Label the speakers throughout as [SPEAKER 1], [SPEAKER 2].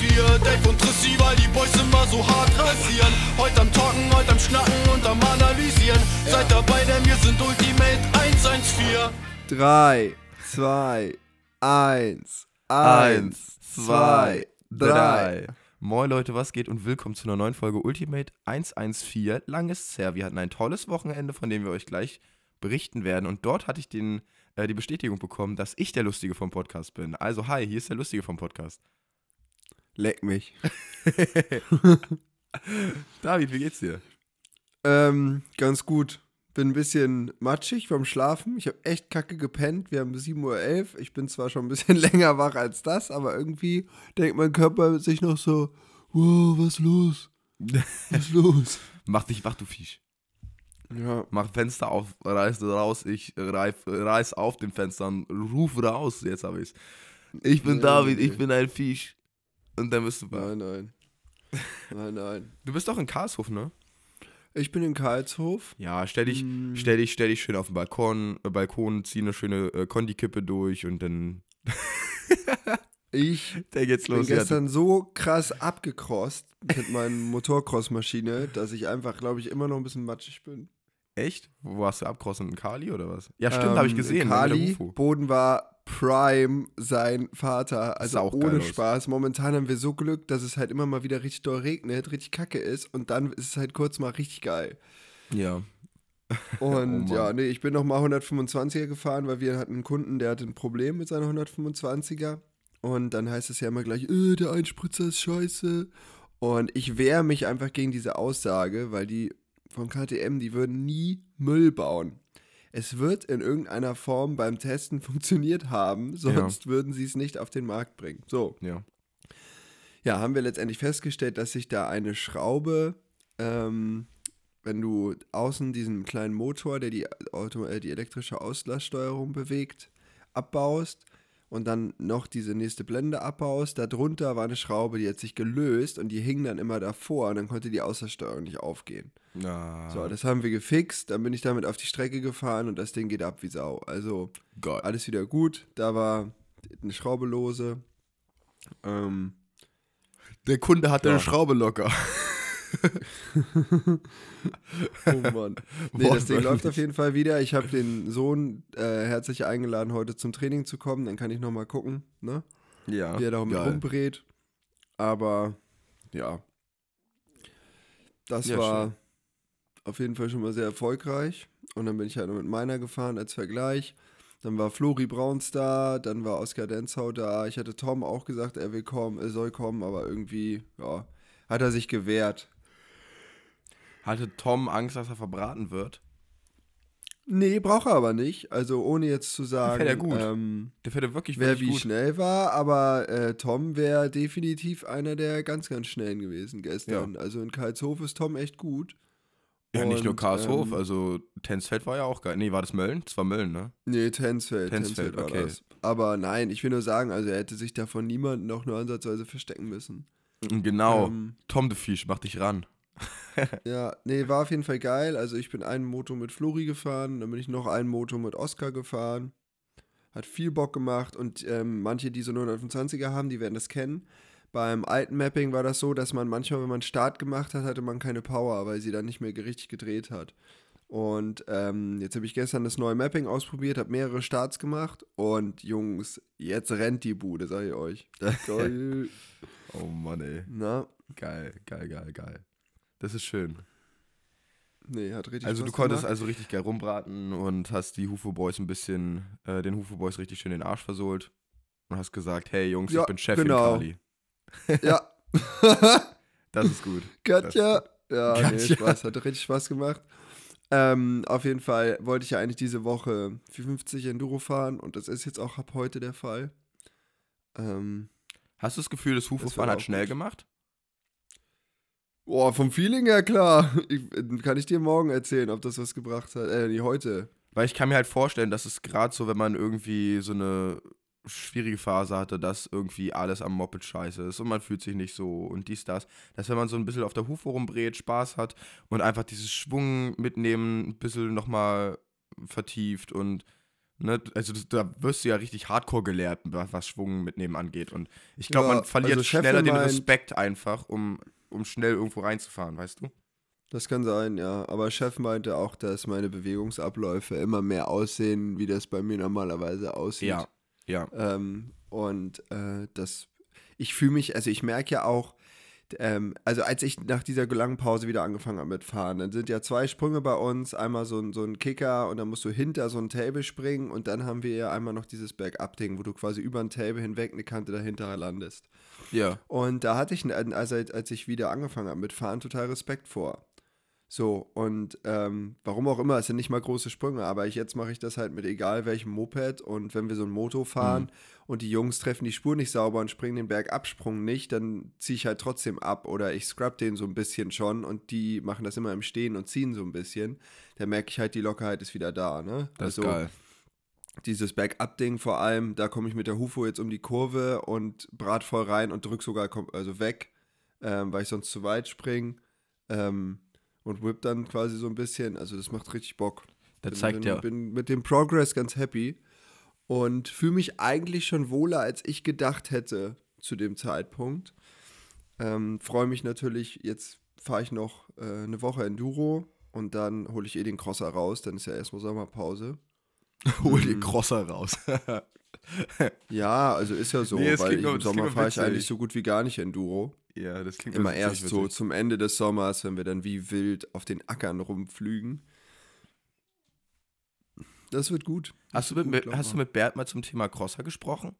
[SPEAKER 1] hier Dave und Trissi, weil die Boys immer so hart rasieren. Heute am Talken, heute am Schnacken und am Analysieren. Seid dabei, denn wir sind Ultimate 114.
[SPEAKER 2] 3, 2, 1, 1, 2, 3.
[SPEAKER 3] Moin Leute, was geht und willkommen zu einer neuen Folge Ultimate 114. Lang ist's her. Wir hatten ein tolles Wochenende, von dem wir euch gleich berichten werden. Und dort hatte ich den, äh, die Bestätigung bekommen, dass ich der Lustige vom Podcast bin. Also hi, hier ist der Lustige vom Podcast.
[SPEAKER 2] Leck mich.
[SPEAKER 3] David, wie geht's dir?
[SPEAKER 2] Ähm, ganz gut. Bin ein bisschen matschig vom Schlafen. Ich habe echt kacke gepennt. Wir haben 7.11 Uhr. Ich bin zwar schon ein bisschen länger wach als das, aber irgendwie denkt mein Körper sich noch so, wow, was los? Was ist los?
[SPEAKER 3] Mach dich wach, du Fisch.
[SPEAKER 2] Ja,
[SPEAKER 3] Mach Fenster auf, reiß raus, ich reif, reiß auf den Fenstern, ruf raus, jetzt hab ich's. Ich bin
[SPEAKER 2] Nee,
[SPEAKER 3] David,
[SPEAKER 2] nee.
[SPEAKER 3] ich bin ein Fisch. Und dann bist du
[SPEAKER 2] nein, nein. Nein, nein.
[SPEAKER 3] Du bist doch in Karlshof, ne?
[SPEAKER 2] Ich bin in Karlshof.
[SPEAKER 3] Ja, stell dich,
[SPEAKER 2] Mm.
[SPEAKER 3] stell dich, stell dich schön auf den Balkon, äh, Balkon, zieh eine schöne äh, Kondikippe durch und dann,
[SPEAKER 2] Ich
[SPEAKER 3] dann geht's
[SPEAKER 2] bin
[SPEAKER 3] los. Ja, du-
[SPEAKER 2] gestern so krass abgecrossed mit meiner Motorcross-Maschine, dass ich einfach, glaube ich, immer noch ein bisschen matschig bin.
[SPEAKER 3] echt? Wo warst du abkrossen? In Kali oder was? Ja, stimmt, habe ich
[SPEAKER 2] Ähm,
[SPEAKER 3] gesehen. ne, mit
[SPEAKER 2] Kali,
[SPEAKER 3] der UFO.
[SPEAKER 2] Boden war Prime sein Vater. Also
[SPEAKER 3] Sah auch geil
[SPEAKER 2] ohne
[SPEAKER 3] aus.
[SPEAKER 2] Spaß. Momentan haben wir so Glück, dass es halt immer mal wieder richtig doll regnet, richtig kacke ist und dann ist es halt kurz mal richtig geil.
[SPEAKER 3] Ja.
[SPEAKER 2] Und
[SPEAKER 3] Oh Mann.
[SPEAKER 2] ja, nee, ich bin nochmal 125er gefahren, weil wir hatten einen Kunden, der hatte ein Problem mit seiner 125er. Und dann heißt es ja immer gleich, äh, der Einspritzer ist scheiße. Und ich wehre mich einfach gegen diese Aussage, weil die von KTM, die würden nie Müll bauen. Es wird in irgendeiner Form beim Testen funktioniert haben, sonst würden sie es nicht auf den Markt bringen. So,
[SPEAKER 3] Ja.
[SPEAKER 2] ja, haben wir letztendlich festgestellt, dass sich da eine Schraube, ähm, wenn du außen diesen kleinen Motor, der die, Auto, äh, die elektrische Auslasssteuerung bewegt, abbaust und dann noch diese nächste Blende abbaust, darunter war eine Schraube, die hat sich gelöst und die hing dann immer davor und dann konnte die Auslasssteuerung nicht aufgehen.
[SPEAKER 3] Na,
[SPEAKER 2] So, das haben wir gefixt, dann bin ich damit auf die Strecke gefahren und das Ding geht ab wie Sau. Also
[SPEAKER 3] Gott.
[SPEAKER 2] alles wieder gut, da war eine Schraube lose. Ähm,
[SPEAKER 3] Der Kunde hatte
[SPEAKER 2] Ja.
[SPEAKER 3] eine Schraube locker.
[SPEAKER 2] Oh Mann. Nee, das Ding
[SPEAKER 3] Wortwörtlich.
[SPEAKER 2] läuft auf jeden Fall wieder. Ich habe den Sohn äh, herzlich eingeladen, heute zum Training zu kommen. Dann kann ich nochmal gucken, ne?
[SPEAKER 3] Ja.
[SPEAKER 2] wie er da
[SPEAKER 3] geil.
[SPEAKER 2] rumbrät. Aber ja. Das
[SPEAKER 3] Ja,
[SPEAKER 2] war
[SPEAKER 3] schön.
[SPEAKER 2] auf jeden Fall schon mal sehr erfolgreich. Und dann bin ich halt noch mit meiner gefahren als Vergleich. Dann war Flori Brauns da, dann war Oskar Denzau da. Ich hatte Tom auch gesagt, er will kommen, er soll kommen, aber irgendwie, ja, hat er sich gewehrt.
[SPEAKER 3] Hatte Tom Angst, dass er verbraten wird?
[SPEAKER 2] Nee, braucht er aber nicht. Also ohne jetzt zu sagen,
[SPEAKER 3] Fährt er gut.
[SPEAKER 2] Ähm,
[SPEAKER 3] Der fährt ja wirklich,
[SPEAKER 2] wer
[SPEAKER 3] wirklich
[SPEAKER 2] wie
[SPEAKER 3] gut.
[SPEAKER 2] schnell war, aber äh, Tom wäre definitiv einer der ganz, ganz schnellen gewesen gestern. Also in Karlshof ist Tom echt gut.
[SPEAKER 3] Ja, nicht nur
[SPEAKER 2] Und,
[SPEAKER 3] Karlshof,
[SPEAKER 2] ähm,
[SPEAKER 3] also Tensfeld war ja auch geil. Nee, war das Mölln? Das war Mölln, ne?
[SPEAKER 2] Nee, Tensfeld.
[SPEAKER 3] Tensfeld,
[SPEAKER 2] war
[SPEAKER 3] okay.
[SPEAKER 2] das. Aber nein, ich will nur sagen, also er hätte sich da von niemandem noch nur ansatzweise verstecken müssen.
[SPEAKER 3] Genau.
[SPEAKER 2] Ähm,
[SPEAKER 3] Tom the Fish, mach dich ran.
[SPEAKER 2] ja, nee, war auf jeden Fall geil. Also ich bin einen Motor mit Flori gefahren, dann bin ich noch einen Motor mit Oscar gefahren. Hat viel Bock gemacht und ähm, manche, die so eine 125er haben, die werden das kennen. Beim alten Mapping war das so, dass man manchmal, wenn man Start gemacht hat, hatte man keine Power, weil sie dann nicht mehr richtig gedreht hat. Und ähm, jetzt habe ich gestern das neue Mapping ausprobiert, habe mehrere Starts gemacht und Jungs, jetzt rennt die Bude, sag ich euch. Geil.
[SPEAKER 3] Oh Mann, ey.
[SPEAKER 2] Na,
[SPEAKER 3] Geil, geil, geil, geil. Das ist schön.
[SPEAKER 2] nee, hat richtig
[SPEAKER 3] also du
[SPEAKER 2] Spaß
[SPEAKER 3] konntest
[SPEAKER 2] gemacht.
[SPEAKER 3] also richtig geil rumbraten und hast die Hufo Boys ein bisschen, äh, den Hufo Boys richtig schön den Arsch versohlt und hast gesagt, hey Jungs,
[SPEAKER 2] Ja,
[SPEAKER 3] ich bin Chef
[SPEAKER 2] genau.
[SPEAKER 3] in Kali.
[SPEAKER 2] Ja.
[SPEAKER 3] Das ist gut.
[SPEAKER 2] Katja. Ja, nee,
[SPEAKER 3] Katja.
[SPEAKER 2] Spaß, hat richtig Spaß gemacht. Ähm, auf jeden Fall wollte ich ja eigentlich diese Woche 450 Enduro fahren und das ist jetzt auch ab heute der Fall. Ähm,
[SPEAKER 3] Hast du das Gefühl, das Hufo
[SPEAKER 2] Das war
[SPEAKER 3] Fahren hat
[SPEAKER 2] auch
[SPEAKER 3] schnell
[SPEAKER 2] gut.
[SPEAKER 3] gemacht?
[SPEAKER 2] boah, vom Feeling her klar. Ich, kann ich dir morgen erzählen, ob das was gebracht hat. Äh, nee, heute.
[SPEAKER 3] Weil ich kann mir halt vorstellen, dass es gerade so, wenn man irgendwie so eine schwierige Phase hatte, dass irgendwie alles am Moped scheiße ist und man fühlt sich nicht so und dies, das, dass wenn man so ein bisschen auf der Hufe rumbrät, Spaß hat und einfach dieses Schwung mitnehmen ein bisschen nochmal vertieft und Ne? Also das, da wirst du ja richtig hardcore gelehrt, wa- was Schwung mitnehmen angeht. Und ich glaube,
[SPEAKER 2] Ja,
[SPEAKER 3] man verliert
[SPEAKER 2] also Scheffel
[SPEAKER 3] schneller den
[SPEAKER 2] meint-
[SPEAKER 3] Respekt einfach, um, um schnell irgendwo reinzufahren, weißt du?
[SPEAKER 2] Das kann sein, ja. Aber Chef meinte auch, dass meine Bewegungsabläufe immer mehr aussehen, wie das bei mir normalerweise aussieht.
[SPEAKER 3] Ja, ja.
[SPEAKER 2] Ähm, und äh, das, ich fühle mich, also ich merke ja auch, d- ähm, also als ich nach dieser langen Pause wieder angefangen habe mit Fahren, dann sind ja zwei Sprünge bei uns, einmal so ein, so ein Kicker und dann musst du hinter so ein Table springen und dann haben wir ja einmal noch dieses Bergab-Ding, wo du quasi über ein Table hinweg eine Kante dahinter landest.
[SPEAKER 3] Ja.
[SPEAKER 2] Und da hatte ich, n- also als als ich wieder angefangen habe mit Fahren, total Respekt vor. So, und ähm, warum auch immer, es sind nicht mal große Sprünge, aber ich, jetzt mache ich das halt mit egal welchem Moped und wenn wir so ein Moto fahren und die Jungs treffen die Spur nicht sauber und springen den Bergabsprung nicht, dann ziehe ich halt trotzdem ab oder ich scrub den so ein bisschen schon und die machen das immer im Stehen und ziehen so ein bisschen. Da merke ich halt, die Lockerheit ist wieder da, ne? dieses Back-Up-Ding vor allem, da komme ich mit der Hufo jetzt um die Kurve und brat voll rein und drück sogar kom- also weg, ähm, weil ich sonst zu weit springe ähm, und whip dann quasi so ein bisschen. Also das macht richtig Bock.
[SPEAKER 3] Das
[SPEAKER 2] bin,
[SPEAKER 3] zeigt
[SPEAKER 2] bin,
[SPEAKER 3] ja-
[SPEAKER 2] bin mit dem Progress ganz happy und fühle mich eigentlich schon wohler, als ich gedacht hätte zu dem Zeitpunkt. Ähm, Freue mich natürlich, jetzt fahre ich noch äh, eine Woche Enduro und dann hole ich eh den Crosser raus, dann ist ja erstmal Sommerpause.
[SPEAKER 3] Hol den Crosser raus.
[SPEAKER 2] Ja, also ist ja so,
[SPEAKER 3] Nee, es
[SPEAKER 2] weil
[SPEAKER 3] klingt
[SPEAKER 2] ich
[SPEAKER 3] nur-
[SPEAKER 2] im
[SPEAKER 3] es klingt
[SPEAKER 2] Sommer
[SPEAKER 3] nur
[SPEAKER 2] fahre ich
[SPEAKER 3] witzig.
[SPEAKER 2] eigentlich so gut wie gar nicht Enduro.
[SPEAKER 3] ja, das klingt
[SPEAKER 2] Immer
[SPEAKER 3] witzig,
[SPEAKER 2] erst so
[SPEAKER 3] witzig.
[SPEAKER 2] zum Ende des Sommers, wenn wir dann wie wild auf den Ackern rumflügen. Das wird gut.
[SPEAKER 3] Hast du,
[SPEAKER 2] wird
[SPEAKER 3] mit,
[SPEAKER 2] gut,
[SPEAKER 3] mit,
[SPEAKER 2] glaub
[SPEAKER 3] hast du
[SPEAKER 2] mal.
[SPEAKER 3] mit Bert mal zum Thema Crosser gesprochen?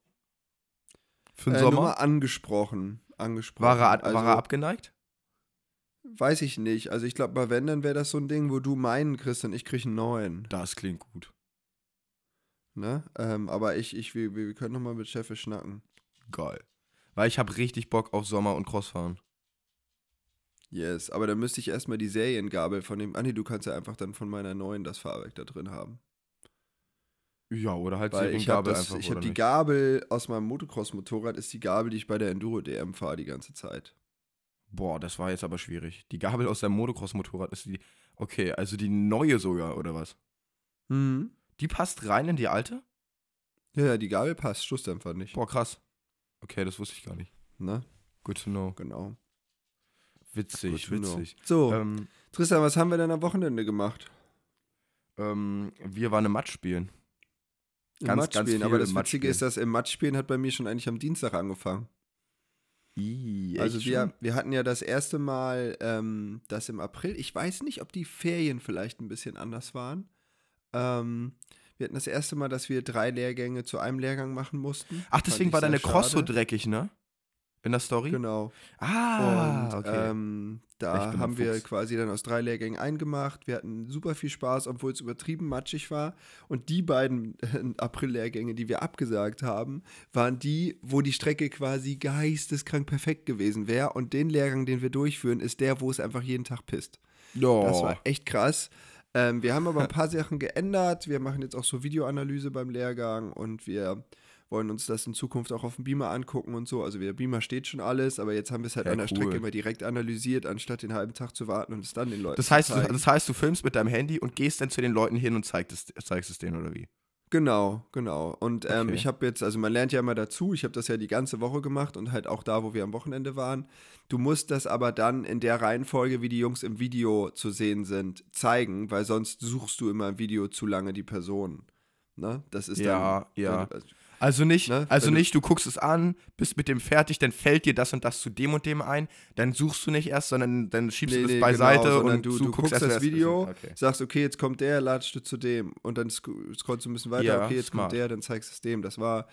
[SPEAKER 3] Für den
[SPEAKER 2] äh, Nur mal
[SPEAKER 3] Sommer?
[SPEAKER 2] angesprochen. angesprochen.
[SPEAKER 3] War er,
[SPEAKER 2] also,
[SPEAKER 3] war er abgeneigt?
[SPEAKER 2] Weiß ich nicht. Also ich glaube, bei wenn, dann wäre das so ein Ding, wo du meinen kriegst und ich krieg einen neuen.
[SPEAKER 3] Das klingt gut.
[SPEAKER 2] Ne? Ähm, aber ich, ich, wir, wir können nochmal mit Cheffe schnacken.
[SPEAKER 3] Geil. Weil ich habe richtig Bock auf Sommer und Crossfahren.
[SPEAKER 2] Yes, aber dann müsste ich erstmal die Seriengabel von dem. Ah nee, du kannst ja einfach dann von meiner neuen das Fahrwerk da drin haben.
[SPEAKER 3] Ja, oder halt
[SPEAKER 2] Weil ich habe
[SPEAKER 3] Seriengabel
[SPEAKER 2] das-
[SPEAKER 3] einfach,
[SPEAKER 2] ich hab
[SPEAKER 3] oder
[SPEAKER 2] die
[SPEAKER 3] nicht?
[SPEAKER 2] Gabel aus meinem Motocross-Motorrad, ist die Gabel, die ich bei der Enduro-DM fahre die ganze Zeit.
[SPEAKER 3] Boah, das war jetzt aber schwierig. Die Gabel aus seinem Motocross-Motorrad ist die. Okay, also die neue sogar, oder was? Die passt rein in die alte?
[SPEAKER 2] Ja, ja, die Gabel passt, Stoßdämpfer nicht.
[SPEAKER 3] Boah, krass. Okay, das wusste ich gar nicht.
[SPEAKER 2] Ne?
[SPEAKER 3] Good to know.
[SPEAKER 2] Genau.
[SPEAKER 3] Witzig,
[SPEAKER 2] Good to know.
[SPEAKER 3] witzig.
[SPEAKER 2] So,
[SPEAKER 3] Ähm,
[SPEAKER 2] Tristan, was haben wir denn am Wochenende gemacht?
[SPEAKER 3] ähm, wir waren im Matsch spielen.
[SPEAKER 2] Im
[SPEAKER 3] Ganz, ganz
[SPEAKER 2] Mattspielen.
[SPEAKER 3] viel
[SPEAKER 2] Aber das
[SPEAKER 3] im
[SPEAKER 2] Witzige
[SPEAKER 3] Mattspielen.
[SPEAKER 2] ist, dass im Mattspielen hat bei mir schon eigentlich am Dienstag angefangen. Also wir, wir hatten ja das erste Mal ähm, das im April. Ich weiß nicht, ob die Ferien vielleicht ein bisschen anders waren. Ähm, wir hatten das erste Mal, dass wir drei Lehrgänge zu einem Lehrgang machen mussten.
[SPEAKER 3] Ach,
[SPEAKER 2] Fand
[SPEAKER 3] deswegen
[SPEAKER 2] ich
[SPEAKER 3] war
[SPEAKER 2] sehr
[SPEAKER 3] deine Cross so
[SPEAKER 2] schade.
[SPEAKER 3] dreckig, ne? In der Story?
[SPEAKER 2] Genau.
[SPEAKER 3] Ah,
[SPEAKER 2] Und
[SPEAKER 3] okay.
[SPEAKER 2] ähm,
[SPEAKER 3] Ich
[SPEAKER 2] da
[SPEAKER 3] bin der
[SPEAKER 2] haben wir
[SPEAKER 3] Fuchs.
[SPEAKER 2] quasi dann aus drei Lehrgängen eingemacht. Wir hatten super viel Spaß, obwohl es übertrieben matschig war. Und die beiden äh, April-Lehrgänge, die wir abgesagt haben, waren die, wo die Strecke quasi geisteskrank perfekt gewesen wäre. Und den Lehrgang, den wir durchführen, ist der, wo es einfach jeden Tag pisst. Das war echt krass. Ähm, wir haben aber ein paar Sachen geändert. Wir machen jetzt auch so Videoanalyse beim Lehrgang und wir wollen uns das in Zukunft auch auf dem Beamer angucken und so. Also der Beamer steht schon alles, aber jetzt haben wir es halt
[SPEAKER 3] Ja,
[SPEAKER 2] an der
[SPEAKER 3] cool.
[SPEAKER 2] Strecke immer direkt analysiert, anstatt den halben Tag zu warten und es dann den Leuten
[SPEAKER 3] Das heißt,
[SPEAKER 2] zu
[SPEAKER 3] du,
[SPEAKER 2] zeigen.
[SPEAKER 3] das heißt, du filmst mit deinem Handy und gehst dann zu den Leuten hin und zeigst es, zeigst es denen, oder wie?
[SPEAKER 2] Genau, genau. Und ähm,
[SPEAKER 3] Okay.
[SPEAKER 2] ich habe jetzt, also man lernt ja immer dazu, ich habe das ja die ganze Woche gemacht und halt auch da, wo wir am Wochenende waren. Du musst das aber dann in der Reihenfolge, wie die Jungs im Video zu sehen sind, zeigen, weil sonst suchst du immer im Video zu lange die Person. Ne? Das ist
[SPEAKER 3] Ja,
[SPEAKER 2] dann,
[SPEAKER 3] ja.
[SPEAKER 2] Dann,
[SPEAKER 3] Also nicht,
[SPEAKER 2] Ne?
[SPEAKER 3] also
[SPEAKER 2] Wenn du-
[SPEAKER 3] nicht, du guckst es an, bist mit dem fertig, dann fällt dir das und das zu dem und dem ein, dann suchst du nicht erst, sondern dann schiebst
[SPEAKER 2] also, Nee,
[SPEAKER 3] du das
[SPEAKER 2] nee,
[SPEAKER 3] beiseite
[SPEAKER 2] genau, sondern
[SPEAKER 3] und
[SPEAKER 2] du,
[SPEAKER 3] du,
[SPEAKER 2] du guckst
[SPEAKER 3] erst, wer
[SPEAKER 2] das
[SPEAKER 3] es
[SPEAKER 2] Video,
[SPEAKER 3] ist. Okay.
[SPEAKER 2] sagst, okay, jetzt kommt der, latscht du zu dem. Und dann sc- scrollst du ein bisschen weiter,
[SPEAKER 3] Ja,
[SPEAKER 2] okay, jetzt
[SPEAKER 3] smart.
[SPEAKER 2] kommt der, dann zeigst du es dem. Das war,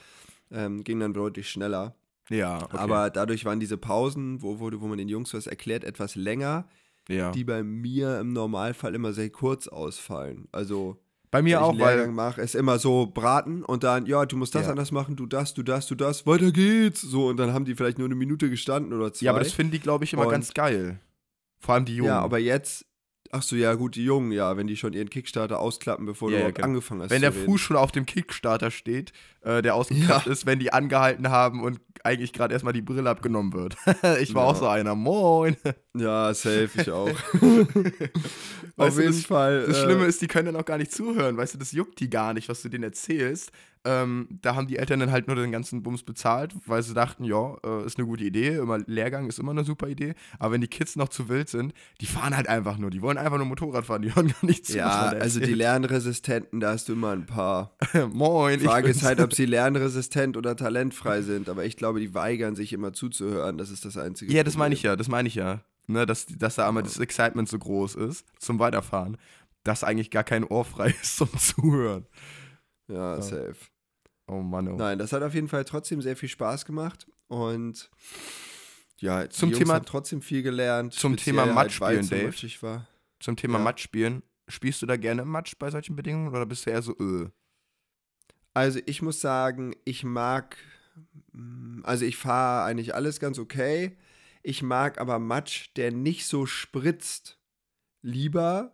[SPEAKER 2] ähm, ging dann deutlich schneller.
[SPEAKER 3] Ja, okay.
[SPEAKER 2] Aber dadurch waren diese Pausen, wo, wo, wo man den Jungs was erklärt, etwas länger,
[SPEAKER 3] ja.
[SPEAKER 2] die bei mir im Normalfall immer sehr kurz ausfallen. Also,
[SPEAKER 3] bei mir
[SPEAKER 2] wenn ich
[SPEAKER 3] auch,
[SPEAKER 2] einen
[SPEAKER 3] weil
[SPEAKER 2] Lehrgang mache, ist immer so braten und dann, ja, du musst das
[SPEAKER 3] Ja.
[SPEAKER 2] anders machen, du das, du das, du das, weiter geht's. So, und dann haben die vielleicht nur eine Minute gestanden oder zwei.
[SPEAKER 3] ja, aber das finden die, glaube ich, immer
[SPEAKER 2] Und-
[SPEAKER 3] ganz geil. Vor allem die Jungen.
[SPEAKER 2] Ja, aber jetzt, ach so, ja, gut, die Jungen, ja, wenn die schon ihren Kickstarter ausklappen, bevor
[SPEAKER 3] Ja,
[SPEAKER 2] du
[SPEAKER 3] ja,
[SPEAKER 2] überhaupt
[SPEAKER 3] genau.
[SPEAKER 2] angefangen hast.
[SPEAKER 3] wenn
[SPEAKER 2] zu
[SPEAKER 3] der
[SPEAKER 2] reden.
[SPEAKER 3] Fuß schon auf dem Kickstarter steht, äh, der ausgeklappt ist, wenn die angehalten haben und eigentlich gerade erstmal die Brille abgenommen wird. ich war
[SPEAKER 2] Ja.
[SPEAKER 3] auch so einer. Moin.
[SPEAKER 2] Ja, safe, ich auch.
[SPEAKER 3] Weißt
[SPEAKER 2] Auf
[SPEAKER 3] du,
[SPEAKER 2] jeden
[SPEAKER 3] das-
[SPEAKER 2] Fall.
[SPEAKER 3] Das
[SPEAKER 2] äh,
[SPEAKER 3] Schlimme ist, die können dann auch gar nicht zuhören, weißt du, das juckt die gar nicht, was du denen erzählst. Ähm, da haben die Eltern dann halt nur den ganzen Bums bezahlt, weil sie dachten, ja, äh, ist eine gute Idee, immer Lehrgang ist immer eine super Idee. Aber wenn die Kids noch zu wild sind, die fahren halt einfach nur, die wollen einfach nur Motorrad fahren, die hören gar nicht zu.
[SPEAKER 2] ja, also die Lernresistenten, da hast du immer ein paar.
[SPEAKER 3] Lehrer. Moin,
[SPEAKER 2] Die Frage
[SPEAKER 3] bin's.
[SPEAKER 2] ist halt, ob sie lernresistent oder talentfrei sind, aber ich glaube, die weigern sich immer zuzuhören. Das ist das einzige.
[SPEAKER 3] Ja, das meine ich
[SPEAKER 2] Problem.
[SPEAKER 3] ja, das meine ich ja. Ne, dass, dass da einmal das Excitement so groß ist zum Weiterfahren, dass eigentlich gar kein Ohr frei ist zum Zuhören.
[SPEAKER 2] Ja, safe.
[SPEAKER 3] Oh Mann, oh.
[SPEAKER 2] Nein, das hat auf jeden Fall trotzdem sehr viel Spaß gemacht und ja,
[SPEAKER 3] Zum
[SPEAKER 2] die Jungs
[SPEAKER 3] Thema-
[SPEAKER 2] haben trotzdem viel gelernt.
[SPEAKER 3] zum
[SPEAKER 2] speziell
[SPEAKER 3] Thema
[SPEAKER 2] halt,
[SPEAKER 3] Matsch
[SPEAKER 2] weil es
[SPEAKER 3] spielen,
[SPEAKER 2] so
[SPEAKER 3] Dave.
[SPEAKER 2] matschig War.
[SPEAKER 3] Zum Thema
[SPEAKER 2] Ja.
[SPEAKER 3] Matsch spielen. Spielst du da gerne im Matsch bei solchen Bedingungen oder bist du eher so, öh?
[SPEAKER 2] Also ich muss sagen, ich mag, mm, also ich fahre eigentlich alles ganz okay. Ich mag aber Matsch, der nicht so spritzt, lieber,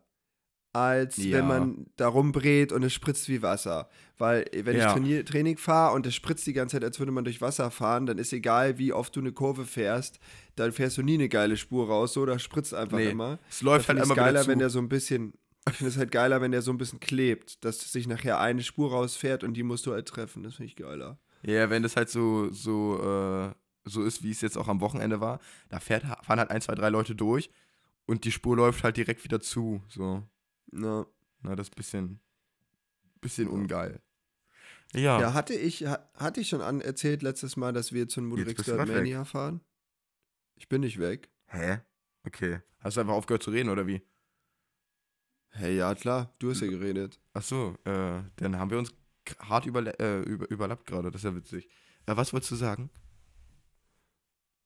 [SPEAKER 2] als
[SPEAKER 3] Ja.
[SPEAKER 2] wenn man da rumbrät und es spritzt wie Wasser. Weil äh, wenn
[SPEAKER 3] Ja.
[SPEAKER 2] ich Trainier Training fahre und es spritzt die ganze Zeit, als würde man durch Wasser fahren, dann ist egal, wie oft du eine Kurve fährst, dann fährst du nie eine geile Spur raus, so, da spritzt einfach
[SPEAKER 3] Nee.
[SPEAKER 2] immer.
[SPEAKER 3] Es läuft
[SPEAKER 2] Ich
[SPEAKER 3] halt
[SPEAKER 2] finde
[SPEAKER 3] immer
[SPEAKER 2] es
[SPEAKER 3] wieder
[SPEAKER 2] geiler,
[SPEAKER 3] zu.
[SPEAKER 2] wenn der so ein bisschen. Ich finde es halt geiler, wenn der so ein bisschen klebt, dass sich nachher eine Spur rausfährt und die musst du halt treffen. Das finde ich geiler.
[SPEAKER 3] ja, wenn das halt so, so, äh, so ist, wie es jetzt auch am Wochenende war, da fährt, fahren halt ein, zwei, drei Leute durch und die Spur läuft halt direkt wieder zu. So,
[SPEAKER 2] Ja.
[SPEAKER 3] na, das ist bisschen, bisschen ungeil. Ja.
[SPEAKER 2] Ja, hatte ich, ha- hatte ich schon an erzählt letztes Mal, dass wir zu einem
[SPEAKER 3] Jetzt
[SPEAKER 2] Motorix
[SPEAKER 3] bist du grad
[SPEAKER 2] Mania fahren? Ich bin nicht weg.
[SPEAKER 3] Hä? Okay. Hast du einfach aufgehört zu reden oder wie?
[SPEAKER 2] Hey, ja, klar, du hast
[SPEAKER 3] Hm.
[SPEAKER 2] ja geredet.
[SPEAKER 3] Ach so, äh, dann haben wir uns k- hart überle äh, über überlappt gerade. Das ist ja witzig. Äh, was wolltest du sagen?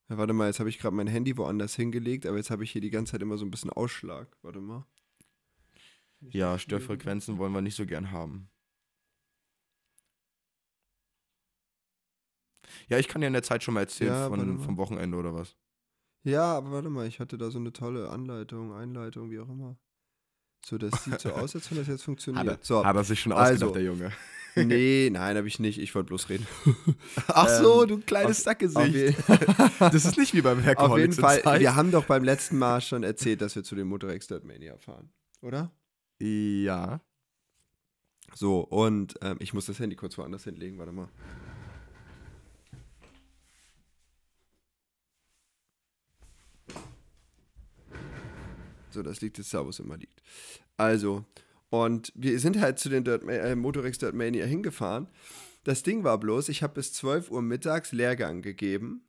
[SPEAKER 2] Ja, warte mal, jetzt habe ich gerade mein Handy woanders hingelegt, aber jetzt habe ich hier die ganze Zeit immer so ein bisschen Ausschlag. Warte mal.
[SPEAKER 3] Ja, Störfrequenzen wollen wir nicht so gern haben. Ja, ich kann dir in der Zeit schon mal erzählen
[SPEAKER 2] Ja, warte
[SPEAKER 3] von,
[SPEAKER 2] mal.
[SPEAKER 3] vom Wochenende oder was.
[SPEAKER 2] Ja, aber warte mal, ich hatte da so eine tolle Anleitung, Einleitung, wie auch immer. So, das sieht so aus, als wenn das jetzt funktioniert. so.
[SPEAKER 3] er sich schon
[SPEAKER 2] Also.
[SPEAKER 3] der Junge.
[SPEAKER 2] Nee, nein, habe ich nicht. Ich wollte bloß reden.
[SPEAKER 3] Ach so,
[SPEAKER 2] Ähm,
[SPEAKER 3] du kleines
[SPEAKER 2] Auf,
[SPEAKER 3] Sackgesicht.
[SPEAKER 2] je
[SPEAKER 3] Das ist nicht wie beim
[SPEAKER 2] auf jeden
[SPEAKER 3] Herkoholz
[SPEAKER 2] Fall, wir haben doch beim letzten Mal schon erzählt, dass wir zu dem Motorex Mania fahren, oder?
[SPEAKER 3] Ja.
[SPEAKER 2] So, und ähm, ich muss das Handy kurz woanders hinlegen, warte mal. So, das liegt jetzt da, wo es immer liegt. Also, und wir sind halt zu den Dirt Ma- äh, Motorex Dirt Mania hingefahren. Das Ding war bloß, ich habe bis 12 Uhr mittags Lehrgang gegeben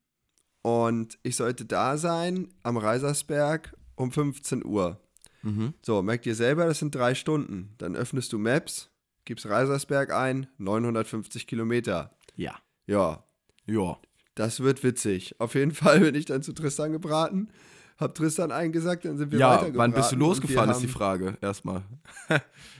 [SPEAKER 2] und ich sollte da sein am Reisersberg um 15 Uhr.
[SPEAKER 3] Mhm.
[SPEAKER 2] So, merkt ihr selber, das sind drei Stunden. Dann öffnest du Maps, gibst Reisersberg ein, 950 Kilometer.
[SPEAKER 3] Ja.
[SPEAKER 2] Ja,
[SPEAKER 3] Ja.
[SPEAKER 2] das wird witzig. Auf jeden Fall bin ich dann zu Tristan gebraten, hab Tristan eingesagt, dann sind wir
[SPEAKER 3] Ja,
[SPEAKER 2] weitergebraten.
[SPEAKER 3] wann bist du
[SPEAKER 2] und wir
[SPEAKER 3] losgefahren, ist
[SPEAKER 2] haben, äh,
[SPEAKER 3] die Frage. Erstmal.